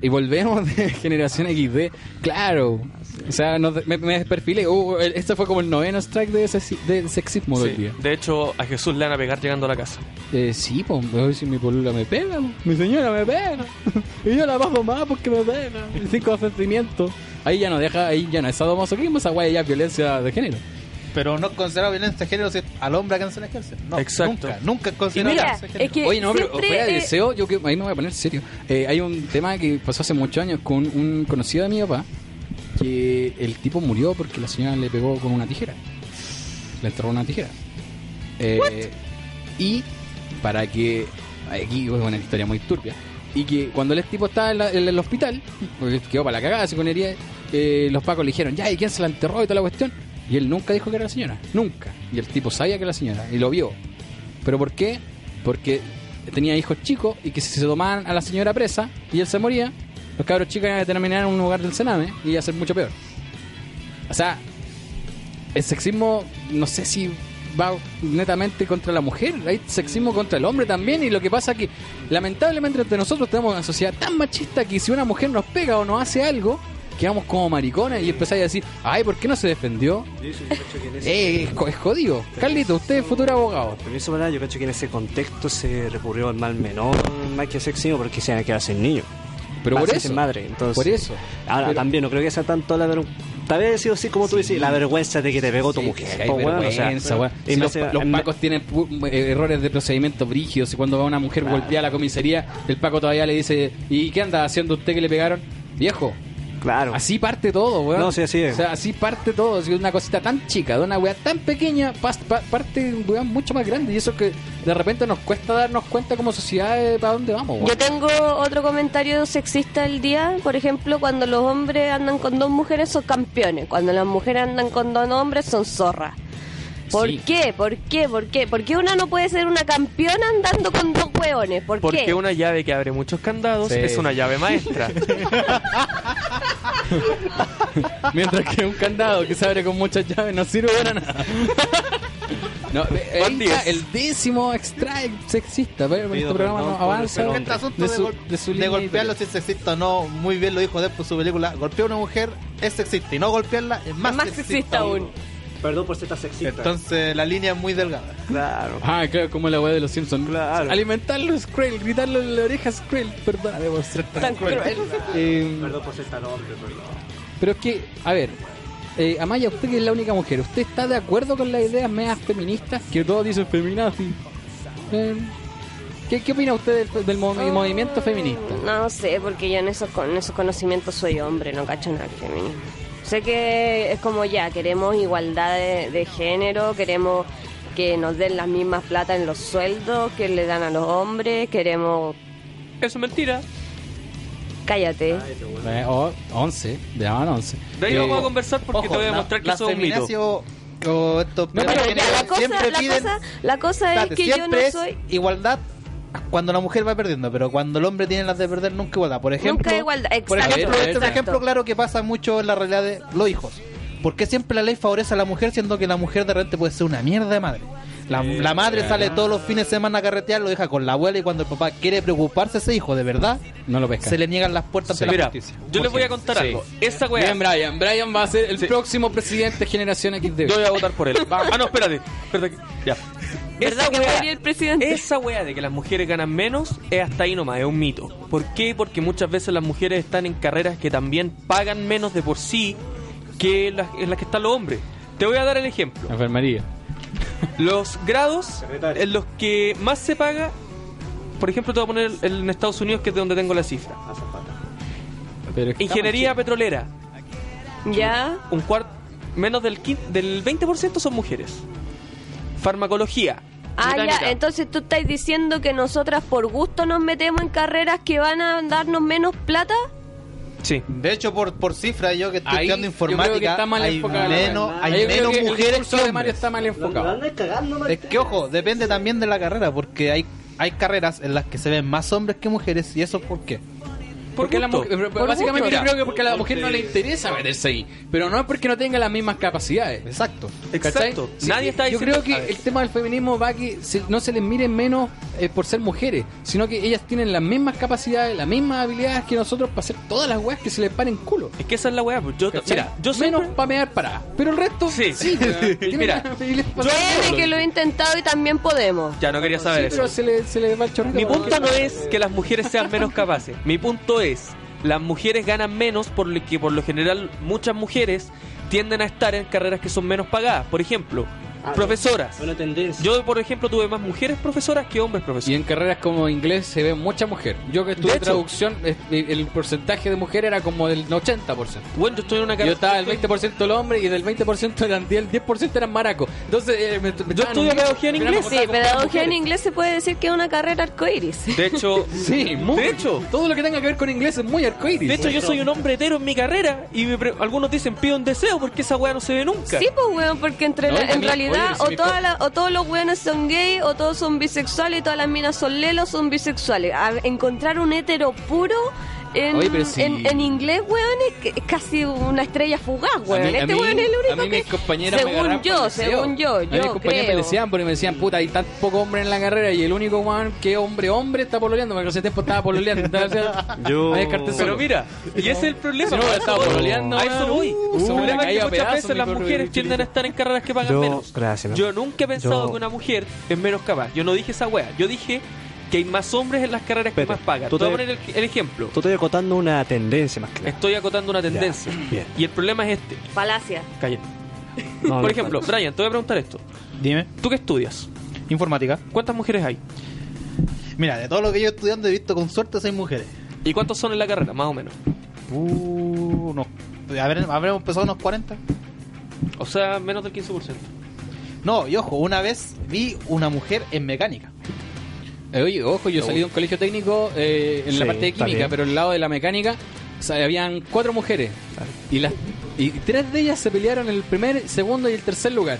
S4: y volvemos de generación XD, claro. O sea, nos- me, me desperfilé. Uh, el- este fue como el noveno strike de, sexi- de sexismo
S1: Sí,
S4: del día.
S1: De hecho, a Jesús le van a pegar llegando a la casa.
S4: Eh, sí, pues, si mi polula me pega, po. mi señora me pega. y yo la paso más porque me pega. El cinco sentimientos. Ahí ya no deja, ahí ya no es sadomasoquismo, esa guay ya es violencia de género.
S2: Pero no es considerado violencia de género si es al hombre que no se le ejerce. No,
S1: Exacto.
S2: Nunca, nunca es considerado
S5: mira,
S2: violencia de género.
S5: es que
S4: Oye, no, pero
S5: siempre,
S4: fuera de
S5: eh,
S4: deseo, yo que, ahí me voy a poner serio. Eh, hay un tema que pasó hace muchos años con un conocido de mi papá, que el tipo murió porque la señora le pegó con una tijera. Le enterró una tijera. Eh, Y para que... Aquí es una historia muy turbia. Y que cuando el tipo estaba en, la- en el hospital, porque quedó para la cagada, se con herida, eh, los pacos le dijeron, ya, ¿y quién se la enterró y toda la cuestión? Y él nunca dijo que era la señora, nunca. Y el tipo sabía que era la señora, y lo vio. ¿Pero por qué? Porque tenía hijos chicos y que si se tomaban a la señora presa y él se moría, los cabros chicos iban a terminar en un lugar del cename y iba a ser mucho peor. O sea, el sexismo, no sé si va netamente contra la mujer, hay sexismo contra el hombre también y lo que pasa que lamentablemente entre nosotros tenemos una sociedad tan machista que si una mujer nos pega o nos hace algo, quedamos como maricones y empezáis a decir, ay, ¿por qué no se defendió? Eh, es, co- es jodido. Carlito, usted es futuro abogado.
S6: Permiso para nada, yo cacho que en ese contexto se recurrió al mal menor más que sexismo porque se van a quedar sin niños.
S4: Pero
S6: Van a
S4: por
S6: quedar
S4: eso,
S6: sin madre, entonces.
S4: por eso.
S6: Ahora
S4: Pero-
S6: también no creo que sea tanto la vergüenza. Tal vez ha sido así como tú dices, la vergüenza de que te pegó tu mujer.
S4: Hay
S6: po, weón, Oh, o sea,
S4: vergüenza,
S6: pero-
S4: weón.
S6: y
S4: Si
S6: me
S4: los,
S6: hace-
S4: los
S6: me-
S4: pacos tienen pu- eh, errores de procedimiento brígidos. Y cuando va una mujer golpeada a la comisaría, el paco todavía le dice: ¿Y qué anda haciendo usted que le pegaron? Viejo,
S6: Claro.
S4: así parte todo, weón.
S6: No, sí, así es.
S4: O sea, así parte todo. Es una cosita tan chica, de una weá tan pequeña, pas- pa- parte weón mucho más grande. Y eso que de repente nos cuesta darnos cuenta como sociedad de para dónde vamos, weón.
S5: Yo tengo otro comentario sexista del día. Por ejemplo, cuando los hombres andan con dos mujeres son campeones. Cuando las mujeres andan con dos hombres son zorras. ¿Por
S4: Sí.
S5: qué? ¿Por qué? ¿Por qué? ¿Por qué una no puede ser una campeona andando con dos hueones? ¿Por
S1: Porque
S5: qué?
S1: una llave que abre muchos candados
S4: Sí.
S1: es una llave maestra.
S4: Mientras que un candado que se abre con muchas llaves no sirve para nada. No, eh, ahí
S1: Juan
S4: está
S1: Díaz.
S4: el décimo extract sexista, pero este
S6: Pido
S4: programa no
S6: perdón por
S4: avanza.
S6: el
S2: Este asunto
S4: de
S2: de,
S4: su-
S2: gol-
S4: de su
S2: de
S4: línea
S2: golpearlo si es sexista o no, muy bien lo dijo después su película, golpear a una mujer es sexista y no golpearla es más,
S7: Más sexista aún.
S6: Perdón por ser tan sexista.
S2: Entonces la línea es muy delgada.
S6: claro.
S4: Ah, claro, como la weá de los Simpsons.
S6: Claro.
S4: Alimentarlo es cruel, gritarlo en la oreja es cruel. Perdóname por ser tan, cruel. Eh,
S6: Perdón por ser tan hombre, perdón.
S4: pero es que, a ver, eh, Amaya, usted que es la única mujer, ¿usted está de acuerdo con las ideas medias feministas? Que todos dicen feminazi. Eh, ¿qué, ¿Qué opina usted del, del movi- movimiento feminista?
S5: Oh. No sé, porque yo en esos, con esos conocimientos soy hombre, no cacho nada de feminismo. Sé que es como ya, queremos igualdad de, de género, queremos que nos den las mismas plata en los sueldos que le dan a los hombres, queremos...
S1: Eso es mentira.
S5: Cállate.
S4: Eh, o 11, le llaman 11.
S1: De ahí
S4: Eh,
S1: vamos a conversar porque te voy a
S2: la-
S1: mostrar que
S2: las
S1: eso es un mito.
S2: feminazis o- o estos
S4: No,
S5: Pero
S2: perros
S5: ya,
S2: que
S5: la cosa,
S2: siempre
S5: la
S2: piden-
S5: cosa- la cosa es
S2: Espérate,
S5: que yo no
S2: siempre es
S5: soy...
S2: igualdad cuando la mujer va perdiendo, pero cuando el hombre tiene las de perder nunca igualdad. Por ejemplo,
S5: Nunca igualdad,
S2: Por
S5: exacto.
S2: ejemplo, este es un
S4: Exacto.
S2: ejemplo claro que pasa mucho en la realidad de los hijos. ¿Por qué siempre la ley favorece a la mujer siendo que la mujer de repente puede ser una mierda de madre? La, la madre sale todos los fines de semana a carretear, lo deja con la abuela y cuando el papá quiere preocuparse a ese hijo de verdad,
S4: No lo pesca.
S2: se le niegan las puertas ante la
S1: Mira,
S2: justicia.
S1: yo les voy a contar
S4: Sí.
S1: algo. Esa weá,
S4: Bien,
S1: yo
S4: Brian. Brian va a ser el próximo presidente de Generación XD.
S1: voy a votar por él. ah, no, espérate. espérate que- ya. Esa
S7: ¿Verdad que
S1: weá-
S7: murió el presidente?
S1: Esa weá de que las mujeres ganan menos es hasta ahí nomás, es un mito. ¿Por qué? Porque muchas veces las mujeres están en carreras que también pagan menos de por sí que las, en las que están los hombres. Te voy a dar el ejemplo.
S4: Enfermería.
S1: Los grados en los que más se paga, por ejemplo, te voy a poner el- en Estados Unidos, que es de donde tengo la cifra.
S4: Pero es que
S1: Ingeniería
S4: estamos
S1: petrolera,
S7: Ya.
S1: un cuarto, menos del, quin- del 20% son mujeres. Farmacología.
S5: Ah, ya,
S1: británica.
S5: entonces tú estás diciendo que nosotras por gusto nos metemos en carreras que van a darnos menos plata.
S1: Sí.
S2: De hecho, por, por cifra, yo que estoy
S4: Ahí,
S2: estudiando
S4: yo creo que
S2: informática,
S4: está mal
S2: hay
S4: enfocada la
S2: menos,
S4: weá.
S2: hay
S4: Yo creo
S2: menos
S4: que el
S2: mujeres
S4: discurso
S2: que
S4: de Mario
S2: hombres.
S4: está mal enfocado.
S2: Es que, ojo, depende también de la carrera, porque hay, hay carreras en las que se ven más hombres que mujeres, y eso por qué.
S4: porque la
S1: gusto.
S4: mujer- pero- pero
S5: Por
S4: básicamente
S5: gusto.
S4: yo creo que porque a la mujer no le interesa meterse ahí. Pero no es porque no tenga las mismas capacidades.
S2: Exacto.
S4: ¿Cachai?
S1: Exacto.
S4: Sí,
S1: Nadie está
S4: Yo
S1: diciendo.
S4: creo
S1: A
S4: que
S1: ver.
S4: el tema del feminismo va a que se- no se les mire menos eh, por ser mujeres, sino que ellas tienen las mismas capacidades, las mismas habilidades que nosotros para hacer todas las weas que se les paren culo.
S1: Es que esa es la weá. pues, Yo,
S4: ¿cachai?
S1: mira, yo siempre.
S4: menos para mear parada. Pero el resto
S1: Sí.
S4: weón, tienen
S1: Mira,
S4: las habilidades para hacerlo.
S5: Créeme que lo he intentado y también podemos.
S1: Ya no quería saber
S4: Sí, pero
S1: eso.
S4: se le, se le va el chorrito.
S1: Mi
S4: para
S1: punto
S4: abajo.
S1: no es que las mujeres sean menos capaces. Mi punto es, las mujeres ganan menos por lo que por lo general muchas mujeres tienden a estar en carreras que son menos pagadas. Por ejemplo,
S6: Ah,
S1: profesoras.
S6: Una tendencia.
S1: Yo, por ejemplo, tuve más mujeres profesoras que hombres
S4: Y
S1: profesores.
S4: en carreras como inglés se ve mucha mujer. Yo que estuve
S1: De
S4: en
S1: hecho.
S4: traducción, eh, el porcentaje de mujer era como del 80%.
S1: Bueno, yo estoy en una
S4: Yo
S1: carrera...
S4: estaba del 20% el hombre y del 20% eran 10, el 10% eran maracos. Entonces, eh, me- me estaban
S1: estudio
S4: hundiendo.
S1: pedagogía en
S4: Era
S1: inglés.
S4: como
S5: Sí,
S4: estaba con
S5: pedagogía
S4: puras
S5: en
S4: mujeres.
S5: inglés se puede decir que es una carrera arcoíris.
S1: De hecho,
S4: Sí, muy.
S1: de hecho,
S4: Todo lo que tenga que ver con inglés es muy arcoíris.
S1: de hecho yo soy un hombre hetero en mi carrera y me pre- algunos dicen pido un deseo porque esa weá no se ve nunca.
S5: Sí, pues, weón, porque entre
S4: No,
S5: la-
S4: y
S5: en
S4: también, oye,
S5: realidad
S4: si
S5: o,
S4: mi
S5: todas
S4: co-
S5: las- o todos los weones son gay o todos son bisexuales y todas las minas son lelos son bisexuales. A- encontrar un hétero puro en,
S4: Oye, pero si-
S5: en, en inglés, weón, es, que- es casi una estrella fugaz, weón.
S4: A mí- a
S5: este
S4: mí-
S5: weón es el único
S4: a mí
S5: que...
S4: mis compañeras me
S5: según
S4: agarraban por
S5: yo,
S4: el deseo.
S5: según yo,
S4: A mí
S5: yo
S4: mis compañeras me
S5: creo.
S4: decían, porque me decían, puta, hay tan poco hombre en la carrera y el único Juan que hombre, hombre, está pololeando, porque hace tiempo estaba pololeando. Entonces,
S6: Yo-
S4: ahí descarté
S1: Pero
S4: solo.
S1: mira, y ese es el problema.
S4: Si no,
S1: a eso
S4: estaba
S1: voy.
S4: pololeando,
S1: A
S4: weón.
S1: eso voy.
S4: Uh,
S1: el
S4: se me
S1: problema es que
S4: caía a
S1: muchas
S4: pedazos
S1: veces
S4: mi
S1: las
S4: propio
S1: mujeres
S4: chulito.
S1: tienden a estar en carreras que pagan
S6: Yo-
S1: menos.
S6: gracias,
S1: Yo nunca he pensado
S6: Yo-
S1: que una mujer es menos capaz. Yo no dije esa wea. Yo dije que hay más hombres en las carreras
S6: Pepe,
S1: que más pagan.
S6: tú
S1: Te voy a
S6: te-
S1: poner el, el ejemplo.
S6: Tú estás acotando una tendencia más que nada.
S1: Estoy acotando una tendencia.
S6: bien.
S1: Y el problema es este.
S5: Falacia.
S6: Cállate. No, no,
S1: Por ejemplo, Brian, te voy a preguntar esto.
S2: Dime.
S1: ¿Tú qué estudias?
S2: Informática.
S1: ¿Cuántas mujeres hay?
S2: Mira, de todo lo que yo estudiando he visto con suerte seis mujeres.
S1: ¿Y cuántos son en la carrera, más o menos?
S2: Uh, no. A ver, habremos empezado unos 40.
S1: O sea, menos del 15%.
S2: No, y ojo, una vez vi una mujer en mecánica.
S4: Eh, Oye, ojo, yo salí de un colegio técnico eh, en
S6: Sí,
S4: la parte de
S6: está
S4: química,
S6: bien.
S4: pero el lado de la mecánica o sea, habían cuatro mujeres y las y tres de ellas se pelearon en el primer, segundo y el tercer lugar.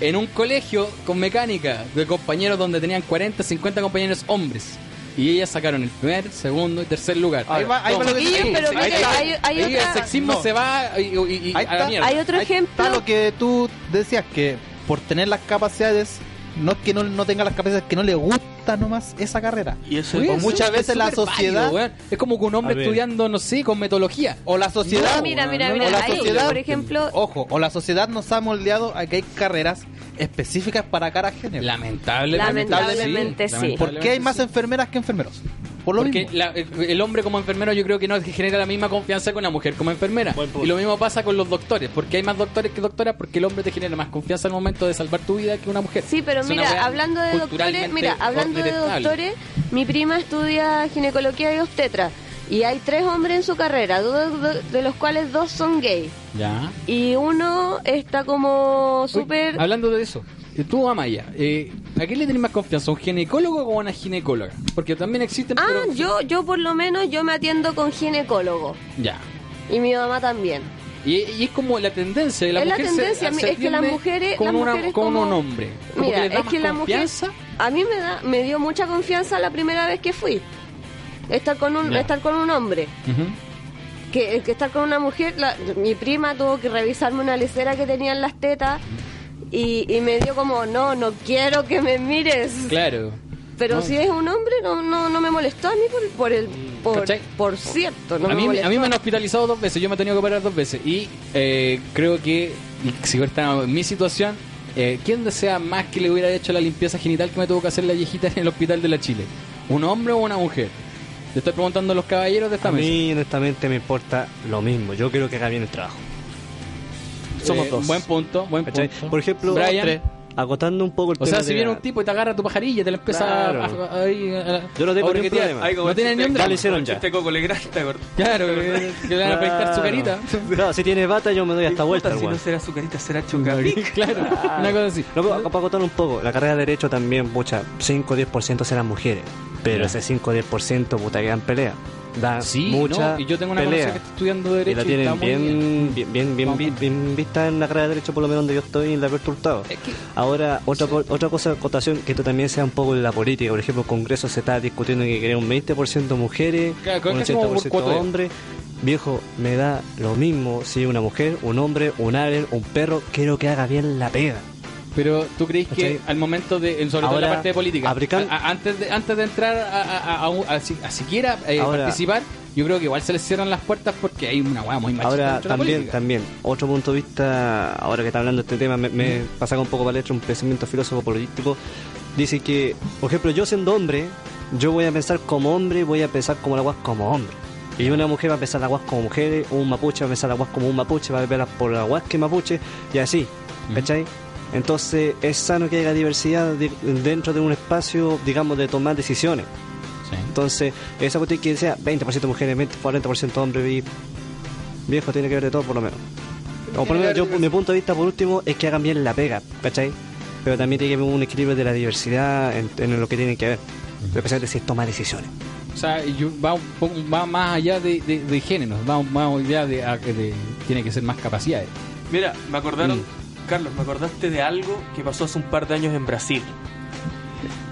S4: En un colegio con mecánica, de compañeros donde tenían 40, 50 compañeros hombres. Y ellas sacaron el primer, segundo y tercer lugar.
S2: Ahí va- ahí va
S4: Toma.
S2: lo que-
S5: Chiquillos,
S2: ahí-
S5: pero
S2: ahí
S5: mire,
S2: está.
S5: hay, hay
S4: Ahí el
S5: otra...
S4: sexismo
S2: No.
S4: se va y, y- y a
S2: Ahí
S4: la
S2: está. Pues,
S4: mierda.
S5: Hay otro
S2: Ahí
S5: ejemplo.
S2: Está lo que tú decías que por tener las capacidades, no es que no, no tenga las capacidades, que no le gusta nomás esa carrera.
S1: Y eso
S2: Oye,
S4: Oye,
S2: o
S4: eso
S2: pues, muchas
S4: es
S2: veces la
S4: súper
S2: sociedad
S4: válido, weón. es como que un
S6: A
S4: hombre
S6: ver.
S4: estudiando, no sé, con metodología.
S2: o la sociedad,
S5: No, mira, mira,
S2: o
S5: mira,
S2: la
S5: ahí,
S2: sociedad,
S5: por ejemplo-
S2: ojo, o la sociedad nos ha moldeado a que hay carreras específicas para cada género.
S4: Lamentablemente,
S5: Lamentablemente sí.
S2: ¿Por qué hay más enfermeras que enfermeros? Por lo
S4: Porque
S2: mismo.
S4: la- el hombre como enfermero yo creo que no genera la misma confianza que una mujer como enfermera.
S6: Buen punto.
S4: Y lo mismo pasa con los doctores. Porque hay más doctores que doctoras porque el hombre te genera más confianza al momento de salvar tu vida que una mujer.
S5: Sí, pero
S4: Es una
S5: mira,
S4: weá
S5: hablando de doctores,
S4: culturalmente
S5: mira, hablando de
S4: detestable.
S5: doctores, mi prima estudia ginecología y obstetra y hay tres hombres en su carrera, dos de, de los cuales dos son gay
S4: Ya.
S5: y uno está como súper
S4: Uy, Hablando de eso, eh, tú, Amaya, eh, ¿a qué le tenés más confianza? ¿Un ginecólogo o una ginecóloga? Porque también existen...
S5: Ah,
S4: pero-
S5: yo yo por lo menos yo me atiendo con ginecólogo
S4: Ya.
S5: y mi mamá también.
S4: Y, y es como la tendencia. y La
S5: Es la
S4: mujer se-
S5: tendencia,
S4: se
S5: mi- es que las
S4: atiende
S5: mujeres-
S4: Con,
S5: las
S4: una-
S5: mujeres
S4: con
S5: como-
S4: un hombre. Como
S5: Mira,
S4: que les da
S5: es
S4: más
S5: que la mujer
S4: confianza.
S5: a mí me da me dio mucha confianza la primera vez que fui. Estar con un
S4: Ya.
S5: estar con un hombre.
S4: Ujú.
S5: que, eh, que estar con una mujer, la- mi prima tuvo que revisarme una lecera que tenía en las tetas y, y me dio como, no, no quiero que me mires.
S4: Claro.
S5: Pero
S4: No.
S5: si es un hombre, no, no, no me molestó a mí por, por el... Por,
S4: ¿Cachai?
S5: por cierto, no
S4: a,
S5: me
S4: mí,
S5: molestó.
S4: a mí me han hospitalizado dos veces, yo me he tenido que operar dos veces. Y eh, creo que, si está en mi situación, eh, ¿quién desea más que le hubiera hecho la limpieza genital que me tuvo que hacer la viejita en el hospital de la Chile? ¿Un hombre o una mujer? Le estoy preguntando a los caballeros de esta
S6: A
S4: mesa.
S6: mí, honestamente, me importa lo mismo. Yo quiero que haga bien el trabajo.
S1: somos
S4: Eh,
S1: dos.
S4: Buen punto, buen
S6: ¿Cachai?
S4: punto.
S6: Por ejemplo,
S4: Brian.
S6: tres, acotando un poco el
S4: o
S6: tema
S4: sea, si
S6: de
S4: viene
S6: la-
S4: un tipo y te agarra tu pajarilla, te la empieza
S6: Claro.
S4: a, a- a- ahí, a-
S6: Yo no tengo
S4: a
S6: ningún
S4: orquetear.
S6: problema.
S1: Ay, como
S4: No
S1: el
S4: tiene ni
S1: chiste-
S4: un
S6: Ya
S4: drama.
S6: le hicieron ya.
S1: Este coco le grasa, ¿te acordás?
S4: Claro, eh, que le van a afectar su
S6: Claro.
S4: carita.
S6: Claro, si tiene bata, yo me doy hasta
S1: Puta,
S6: vuelta. al
S1: Si no
S6: weón.
S1: será su carita, será chocapic.
S4: Claro, una cosa así.
S6: No, pero para acotar un poco, la carrera de Derecho también, pucha, 5-10% serán mujeres, pero ese 5-10% puta que dan pelea. Da
S4: Sí,
S6: mucha
S4: ¿no? Y yo tengo una
S6: pelea.
S4: conocida que está estudiando
S6: Y
S4: Derecho
S6: la
S4: y
S6: tienen
S4: está muy
S6: bien, bien, bien, bien, vi- bien vista en la carrera de Derecho, por lo menos donde yo estoy, en la Alberto Hurtado. Ahora, otra, co- otra cosa, acotación, que esto también sea un poco en la política. Por ejemplo, el Congreso se está discutiendo que quería un 20% mujeres,
S4: Claro, creo
S6: un
S4: que es como por
S6: 80%
S4: cuota.
S6: hombres. Viejo, me da lo mismo si una mujer, un hombre, un alien, un perro, quiero que haga bien la pega.
S4: Pero tú crees que
S6: ¿Cachai?
S4: al momento de, en- sobre todo en la
S6: Ahora,
S4: parte de política,
S6: aplican-
S4: a- a- antes, de, antes de entrar a, a- a- a un- a si- a siquiera eh,
S6: Ahora-
S4: participar, yo creo que igual se les cierran las puertas porque hay una hueá muy machista
S6: Ahora,
S4: dentro de la
S6: también,
S4: política.
S6: también, otro punto de vista, ahora que está hablando de este tema, me, me
S4: Mm.
S6: pasa un poco palestra un pensamiento filósofo político. Dice que, por ejemplo, yo siendo hombre, yo voy a pensar como hombre, voy a pensar como la guas como hombre. Y una mujer va a pensar la guas como mujer, un mapuche va a pensar la guas como un mapuche, va a pensar por la guas que mapuche, y así,
S4: Mm.
S6: ¿cachai? Entonces, es sano que haya diversidad de- dentro de un espacio, digamos, de tomar decisiones. Entonces, esa cuestión que decía 20% mujeres, 20, 40% hombres, y viejo, tiene que ver de todo por lo menos. O por lo menos, yo, mi punto de vista por último es que hagan bien la pega, ¿cachai? Pero también tiene que haber un equilibrio de la diversidad en, en lo que tienen que ver. Especialmente si es tomar decisiones.
S4: O sea, yo- va, un poco- va más allá de, de, de géneros, va más allá de, a- de- Tiene que ser más capacidades.
S1: Mira, me acordaron, Carlos, me acordaste de algo que pasó hace un par de años en Brasil.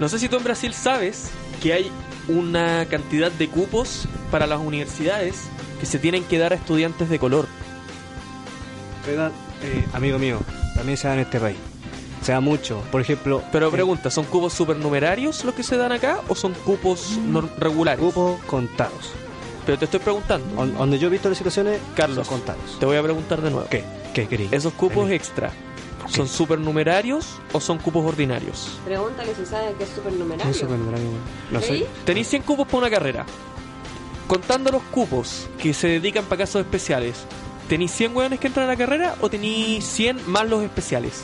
S1: No sé si tú en Brasil sabes que hay una cantidad de cupos para las universidades que se tienen que dar a estudiantes de color.
S6: ¿Verdad? Eh, amigo mío, también se da en este país. Se da mucho. Por ejemplo,
S1: Pero pregunta, ¿son cupos supernumerarios los que se dan acá o son cupos nor- regulares?
S6: grupos contados.
S1: Pero te estoy preguntando,
S6: On- donde yo he visto las situaciones,
S1: Carlos,
S6: son contados.
S1: te voy a preguntar de nuevo.
S6: ¿Qué? ¿Qué querés?
S1: ¿Esos cupos
S6: Vení.
S1: extra son supernumerarios o son cupos ordinarios?
S5: Pregúntale si sabe que es supernumerario.
S6: Eso, bueno, No sé.
S5: ¿Sí?
S1: Tenéis 100 cupos para una carrera. Contando los cupos que se dedican para casos especiales, ¿tenéis 100 hueones que entran a la carrera o tenéis 100 más los especiales?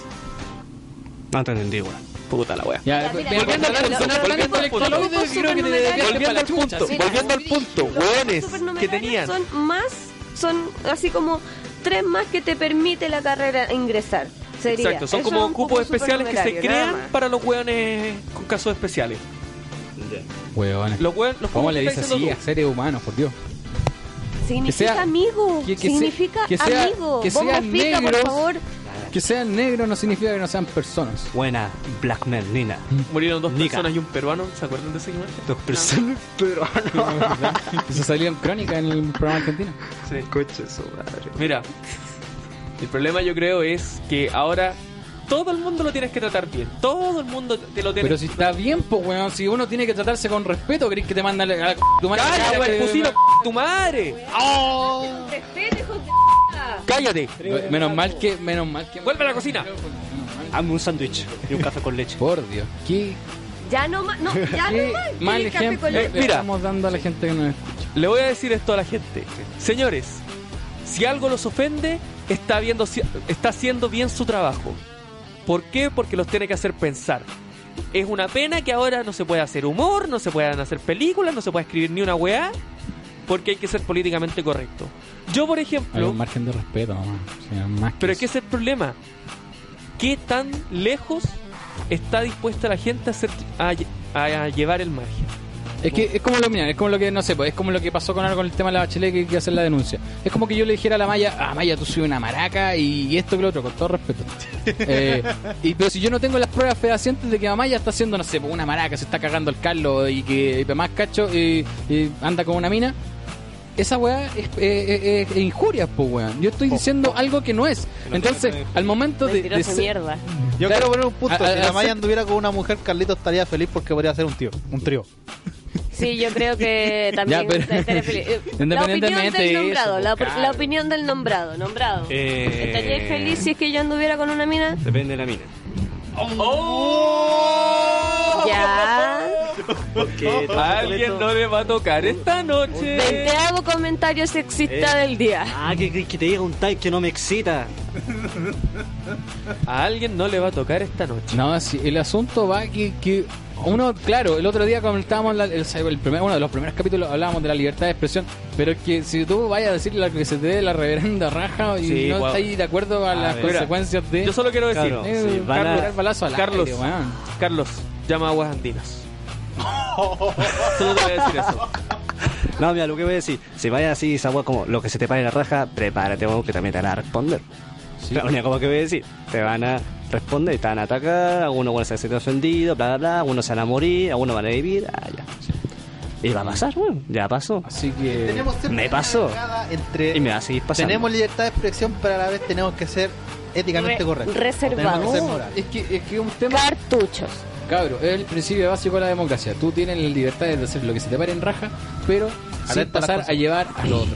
S6: No te entendí, weón.
S1: Puta la wea.
S4: Ya,
S5: Ya, mira,
S4: ve-
S1: volviendo
S4: ve-
S1: al-
S4: ve-
S1: volviendo
S4: volviendo
S1: al
S4: al
S1: punto.
S4: extraloide,
S5: Los
S4: creo que te
S5: supernumerarios-
S4: desviaste
S5: Volviendo
S4: para
S1: al
S4: la chucha,
S1: punto,
S4: sí.
S1: volviendo al punto,
S5: Los cupos
S1: hueones que
S5: supernumerarios
S1: tenían.
S5: Son más, son así como tres más que te permite la carrera ingresar. Sería.
S1: Exacto, son
S5: Eso
S1: como
S5: es un
S1: cupos
S5: cupo
S1: especiales que se
S5: supernumerario, nada
S1: crean
S5: más.
S1: para los hueones con casos especiales.
S4: Hueones.
S1: Los hueones, los
S4: ¿Cómo
S1: cupos
S4: le
S1: que
S4: dices
S1: estás
S4: así
S1: diciendo
S4: a seres humanos, por Dios?
S5: Significa
S4: sea-
S5: amigo.
S4: que- que sea-
S5: significa
S4: que sea-
S5: amigo.
S4: que sean
S5: Bombofica,
S4: negros.
S5: por favor.
S4: Que sean negros no significa que no sean personas.
S6: Buena, Black Man, Nina.
S1: tú. Murieron dos
S6: Nica.
S1: personas y un peruano, ¿se acuerdan de ese imagen?
S6: Dos personas, pero
S4: Eso salió en crónica en el programa argentino.
S1: Sí.
S6: Coche su madre.
S1: Mira, el problema yo creo es que ahora todo el mundo lo tienes que tratar bien. Todo el mundo te lo tiene
S4: Pero si está bien, pues, weón, si uno tiene que tratarse con respeto, ¿crees que te manda a la c- tu madre?
S1: ¡Cállate, pues,
S4: Cállate,
S1: huelpucino,
S4: weón.
S1: tu madre!
S5: Respete, hijo de-
S1: ¡Cállate!
S4: Menos mal que, menos mal que.
S1: ¡Vuelve a la cocina!
S6: Hazme un sándwich y un café con leche.
S4: Por Dios, qué,
S5: Ya no más. No, ya
S4: qué
S5: no más.
S4: mal
S5: Tiene café
S4: ejemplo Eh,
S5: con
S4: le
S5: leche.
S1: Eh, mira.
S4: estamos dando a la gente que nos escucha.
S1: Le voy a decir esto a la gente. Señores, si algo los ofende, está, viendo, si- está haciendo bien su trabajo. ¿Por qué? Porque los tiene que hacer pensar. Es una pena que ahora no se pueda hacer humor, no se puedan hacer películas, no se pueda escribir ni una weá, porque hay que ser políticamente correcto. Yo, por
S4: Hay
S1: ejemplo,
S4: un margen de respeto, nomás. o sea, más que
S1: Pero es
S4: eso.
S1: que ese es el problema. ¿Qué tan lejos está dispuesta la gente a, hacer- a lle- a llevar el margen?
S4: Es que es como lo mira, es como lo que no sé, pues, es como lo que pasó con ahora con el tema de la bachelet que hay que hacer la denuncia. Es como que yo le dijera a la Maya, ah Maya, tú soy una maraca y, y esto que lo otro, con todo respeto. Eh, y pero si yo no tengo las pruebas fehacientes de que la Maya está haciendo, no sé, pues, una maraca, se está cagando el Carlos y que y más cacho y, y anda con una mina. Esa weá es, eh, eh, eh, injurias, pues weón. Yo estoy diciendo algo que no es. Entonces, al momento de, de
S7: Mentiroso
S4: ser-
S7: mierda.
S2: Yo
S4: Claro.
S2: quiero poner un punto.
S4: A-
S2: si
S4: a-
S2: la Maya
S4: acepta-
S2: anduviera con una mujer, Carlito estaría feliz porque podría ser un tío, un trío.
S7: Sí, yo creo que también.
S4: Ya, pero-
S7: estaría feliz. Eh,
S5: La opinión
S4: Independientemente de
S5: del
S4: eso,
S5: nombrado. La,
S4: pues,
S5: la
S4: claro. Eh,
S5: opinión del nombrado. Nombrado. ¿Estaría feliz si es que yo anduviera con una mina?
S6: Depende de la mina.
S5: Ya.
S6: Porque
S1: ¡Oh! Alguien no le va a tocar esta noche.
S5: Te hago comentario sexista
S6: Eh.
S5: del día.
S6: Ah, que crees que te diga un type que no me excita.
S1: A alguien no le va a tocar esta noche.
S4: No, sí, el asunto va que, que uno, claro, el otro día comentábamos la- el, el primer- uno de los primeros capítulos hablábamos de la libertad de expresión, pero es que si tú vayas a decir la que se te dé la reverenda raja y
S1: Sí,
S4: no
S1: guau.
S4: estás de acuerdo a las
S1: ver.
S4: consecuencias de
S1: Yo solo quiero decir,
S6: Claro.
S4: Eh,
S6: Sí, van a-
S4: tirar balazo al
S1: Carlos.
S4: aire, weón.
S1: Carlos, llama a aguas andinas. Solo te voy a decir eso.
S6: No, mira, lo que voy a decir, si vaya así, esa weá como lo que se te pare la raja, prepárate, weón, que también te van a responder. La única cosa que voy a decir, te van a responder, te van a atacar, algunos van a sentir ofendidos, bla, bla, bla, algunos se van a morir, algunos van a vivir, ah, ya. Y va a pasar, weón, ya pasó.
S4: Así que.
S2: Tenemos siempre
S6: me
S2: una
S6: pasó.
S2: delgada Entre,
S6: Y me va a seguir pasando.
S2: tenemos libertad de expresión, pero a la vez tenemos que ser éticamente
S10: Re-
S2: correctos.
S10: reservado.
S2: Tenemos que ser morales.
S4: Es que es que un tema.
S10: Cartuchos.
S4: Cabro, es el principio básico de la democracia. Tú tienes la libertad de hacer lo que se te pare en raja, pero sin
S2: Alerta a las Mm.
S4: pasar a
S2: consecuencias.
S4: llevar al otro.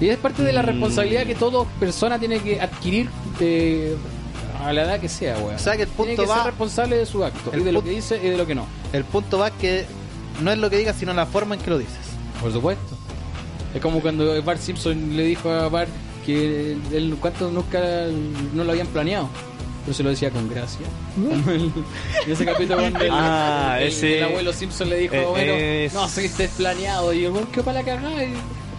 S4: Y es parte de la responsabilidad que toda persona tiene que adquirir eh, a la edad que sea, weón.
S2: O sea que el punto
S4: tiene que
S2: va-
S4: ser responsable de su acto,
S2: el
S4: y de lo
S2: punto-
S4: que dice y de lo que no.
S2: El punto va que no es lo que digas, sino la forma en que lo dices.
S4: Por supuesto. Es como cuando Bart Simpson le dijo a Bart que él cuánto nunca no lo habían planeado. Pero se lo decía con gracia. en ese capítulo cuando el,
S6: Ah,
S4: el-
S6: ese-
S4: el abuelo Simpson le dijo,
S6: Eh,
S4: bueno,
S6: es-
S4: no, soy desplaneado. Y el weón quedó para la cagada. y-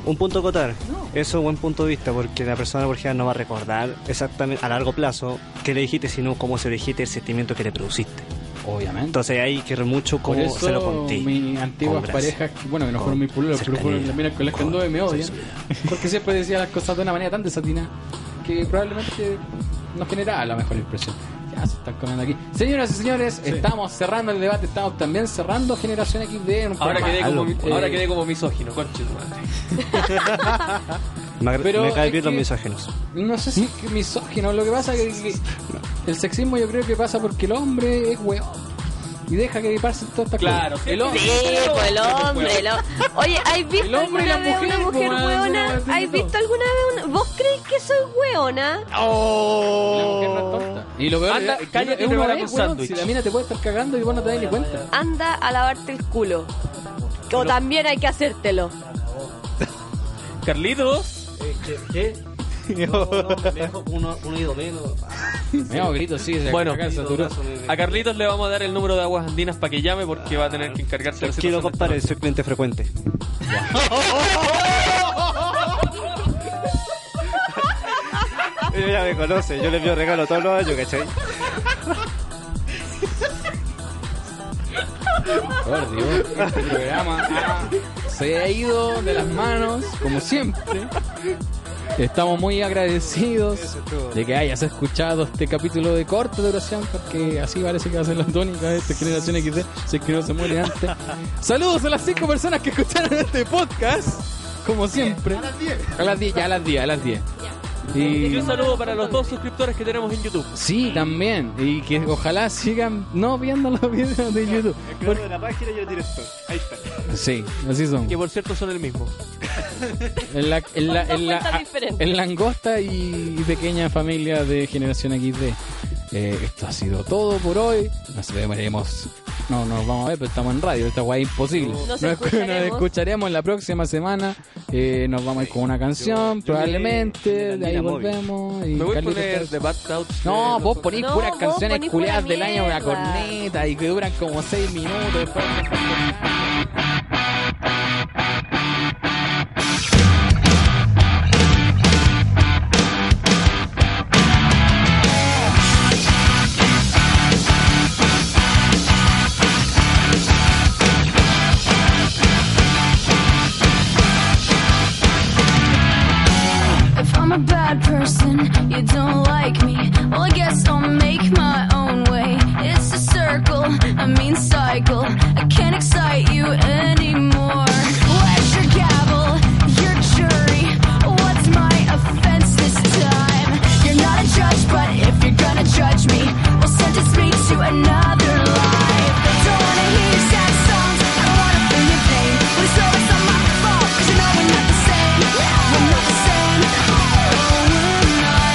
S6: Un punto a acotar.
S4: No.
S6: Eso es buen punto de vista, porque la persona por ejemplo no va a recordar exactamente a largo plazo qué le dijiste, sino cómo se lo dijiste el sentimiento que le produciste.
S4: Obviamente.
S6: Entonces hay que ver mucho
S4: Por
S6: cómo se lo
S4: eso
S6: conté.
S4: mis antiguas
S6: Con gracia.
S4: parejas, que- bueno, que no
S6: Con
S4: fueron mis pululos, pero
S6: cercanía.
S4: fueron también al colegio
S6: Con
S4: anduve, me odian.
S6: sensualidad.
S4: Porque siempre decía las cosas de una manera tan desatinada que probablemente no generaba la mejor impresión. Ya se están comiendo aquí. Señoras y señores, estamos cerrando el debate, estamos también cerrando Generación XD en un
S1: Ahora
S4: formato-
S1: quedé, como,
S4: Eh,
S1: ahora quedé como misógino, conche tu madre.
S6: Me,
S4: Pero
S6: me cae
S4: es
S6: bien los
S4: que-
S6: misógenos.
S4: No sé si es que misógino, lo que pasa es que, que el sexismo yo creo que pasa porque el hombre es weón y deja que parsen todas estas
S1: Claro,
S4: cosas. El hombre.
S10: Sí, pues el hombre. lo- Oye, ¿has
S4: El
S10: visto
S4: hombre
S10: alguna
S4: y la
S5: ¿Alguna vez
S4: mujer,
S5: una mujer
S4: pues,
S5: hueona?
S4: no, no, no,
S5: ¿Has visto alguna vez una.? ¿Vos creéis que soy hueona?
S4: La mujer no es tonta. Oh. Y lo peor eh,
S1: Anda,
S4: es-
S1: cállate y
S4: es una
S1: prepara
S4: vez,
S1: tu
S4: weón,
S1: sándwich.
S4: Si la mina te puede estar cagando y vos no te das ni cuenta.
S5: Anda a lavarte el culo. O también hay que hacértelo.
S1: Carlitos,
S4: Me hago grito, sí. se
S1: bueno,
S4: acá se saturó.
S1: a Carlitos le vamos a dar el número de aguas andinas para que llame porque va a tener que encargarse de la
S6: Tranquilo,
S1: situación.
S6: compadre, soy cliente frecuente. Ella ya me conoce, yo le envío regalo todos los años, ¿cachai?
S4: Por Dios, este programa ah, se ha ido de las manos, como siempre. Estamos muy agradecidos de que hayas escuchado este capítulo de corta duración, porque así parece que va a ser la tónica de esta generación XD, si es que no se muere antes. Saludos a las cinco personas que escucharon este podcast, como siempre. A las 10, ya a las 10, a las 10.
S1: Y
S4: Y
S1: un saludo para los dos suscriptores que tenemos en YouTube.
S4: sí, también. Y que ojalá sigan no viendo los videos de YouTube.
S6: Claro, de la página y el director. Ahí está.
S4: Sí, así son.
S1: Que por cierto son el mismo.
S4: En la, en la,
S5: Son
S4: en la-
S5: cuentas diferentes.
S4: en la angosta y pequeña familia de Generación XD. Eh, esto ha sido todo por hoy. Nos veremos. No, no nos vamos a ver, pero estamos en radio. Esta guay es imposible.
S5: Nos
S4: escu-
S5: escucharemos.
S4: escucharemos la próxima semana. Eh, nos vamos a ir con una canción, probablemente.
S6: yo-
S4: De ahí
S6: Nina Móvil.
S4: volvemos. Y
S1: Me voy a
S4: Carlitos
S1: poner
S4: Carlos-
S1: The Bad Couch. de
S4: no,
S1: los
S4: vos ponís
S5: No,
S4: puras
S5: vos
S4: canciones
S5: ponís pura
S4: culeadas del año, una
S5: mierda.
S4: corneta y que duran como 6 minutos. Después...
S9: If I'm a bad person, you don't like me. Well, I guess I'll make my own way. It's a circle, I mean cycle. I can't excite you anymore. Where's your gavel? Your jury? What's my offense this time? You're not a judge, but if you're gonna judge me, well, sentence me to another life. Don't wanna hear your sad songs. I don't wanna feel your pain. But it's always on my fault, 'cause you know we're not the same. We're not the same. Oh, we're not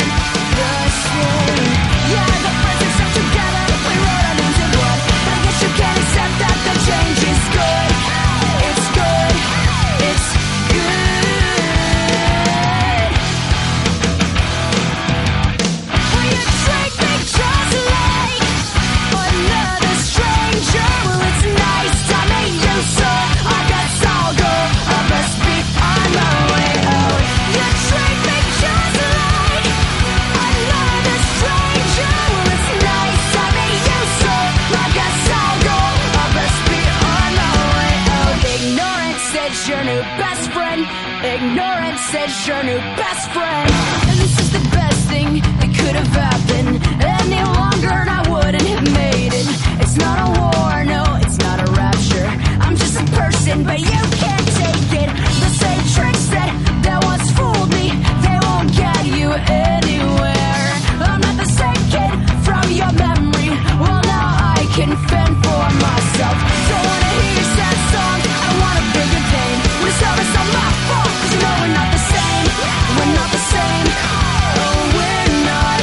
S9: the same. Yeah, the friends are stuck together. We rode on into blood. But I guess you can't accept that the change is good. Oh, Oh,
S8: Ignorance is your new best friend. And this is the best thing that could have happened. Any longer, and I wouldn't have made it. It's not a war, no, it's not a rapture. I'm just a person, but you can't take it. The same tricks that that once fooled me, they won't get you anywhere. I'm not the same kid from your memory. Well, now I can fend for myself. Don't wanna hear your sad songs. I want a bigger pain. When it's over, it's not my fault. 'cause you know we're not the same. We're not the same. Oh, we're not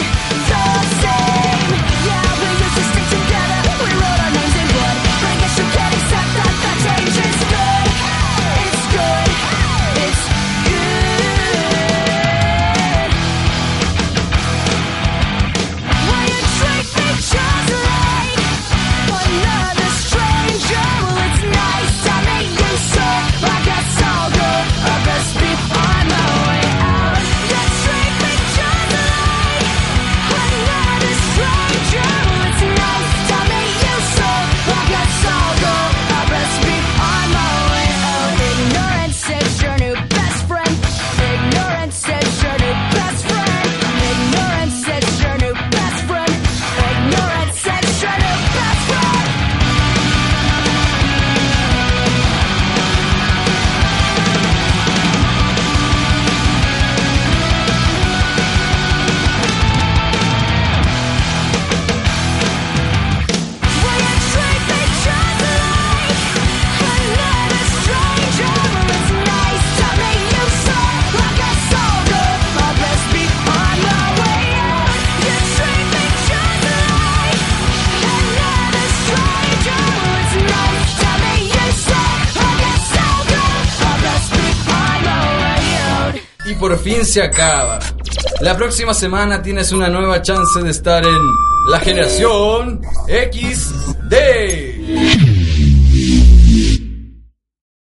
S8: the same. Yeah, we used to stick together. We wrote our names in blood. But I guess you can't accept that the change is good. It's good. It's good. Will you treat me just like another stranger? Well, it's nice to meet you, so I guess I'll go. I best be on my way out. You treat me just like another stranger. Well, it's nice to meet you, so I guess I'll go. I best be on my way out. Ignorance is your new best friend. Ignorance is your new best friend. Ignorance is your new best friend. Ignorance is your new best friend. Will you treat me just like another stranger? Well, it's nice to meet you, so I guess I'll go. I best be on my way out. You treat me just like another stranger. Well, it's nice to meet you, so I guess I'll go. I best be on my way out.
S3: Y por fin se acaba. La próxima semana tienes una nueva chance de estar en la generación XD.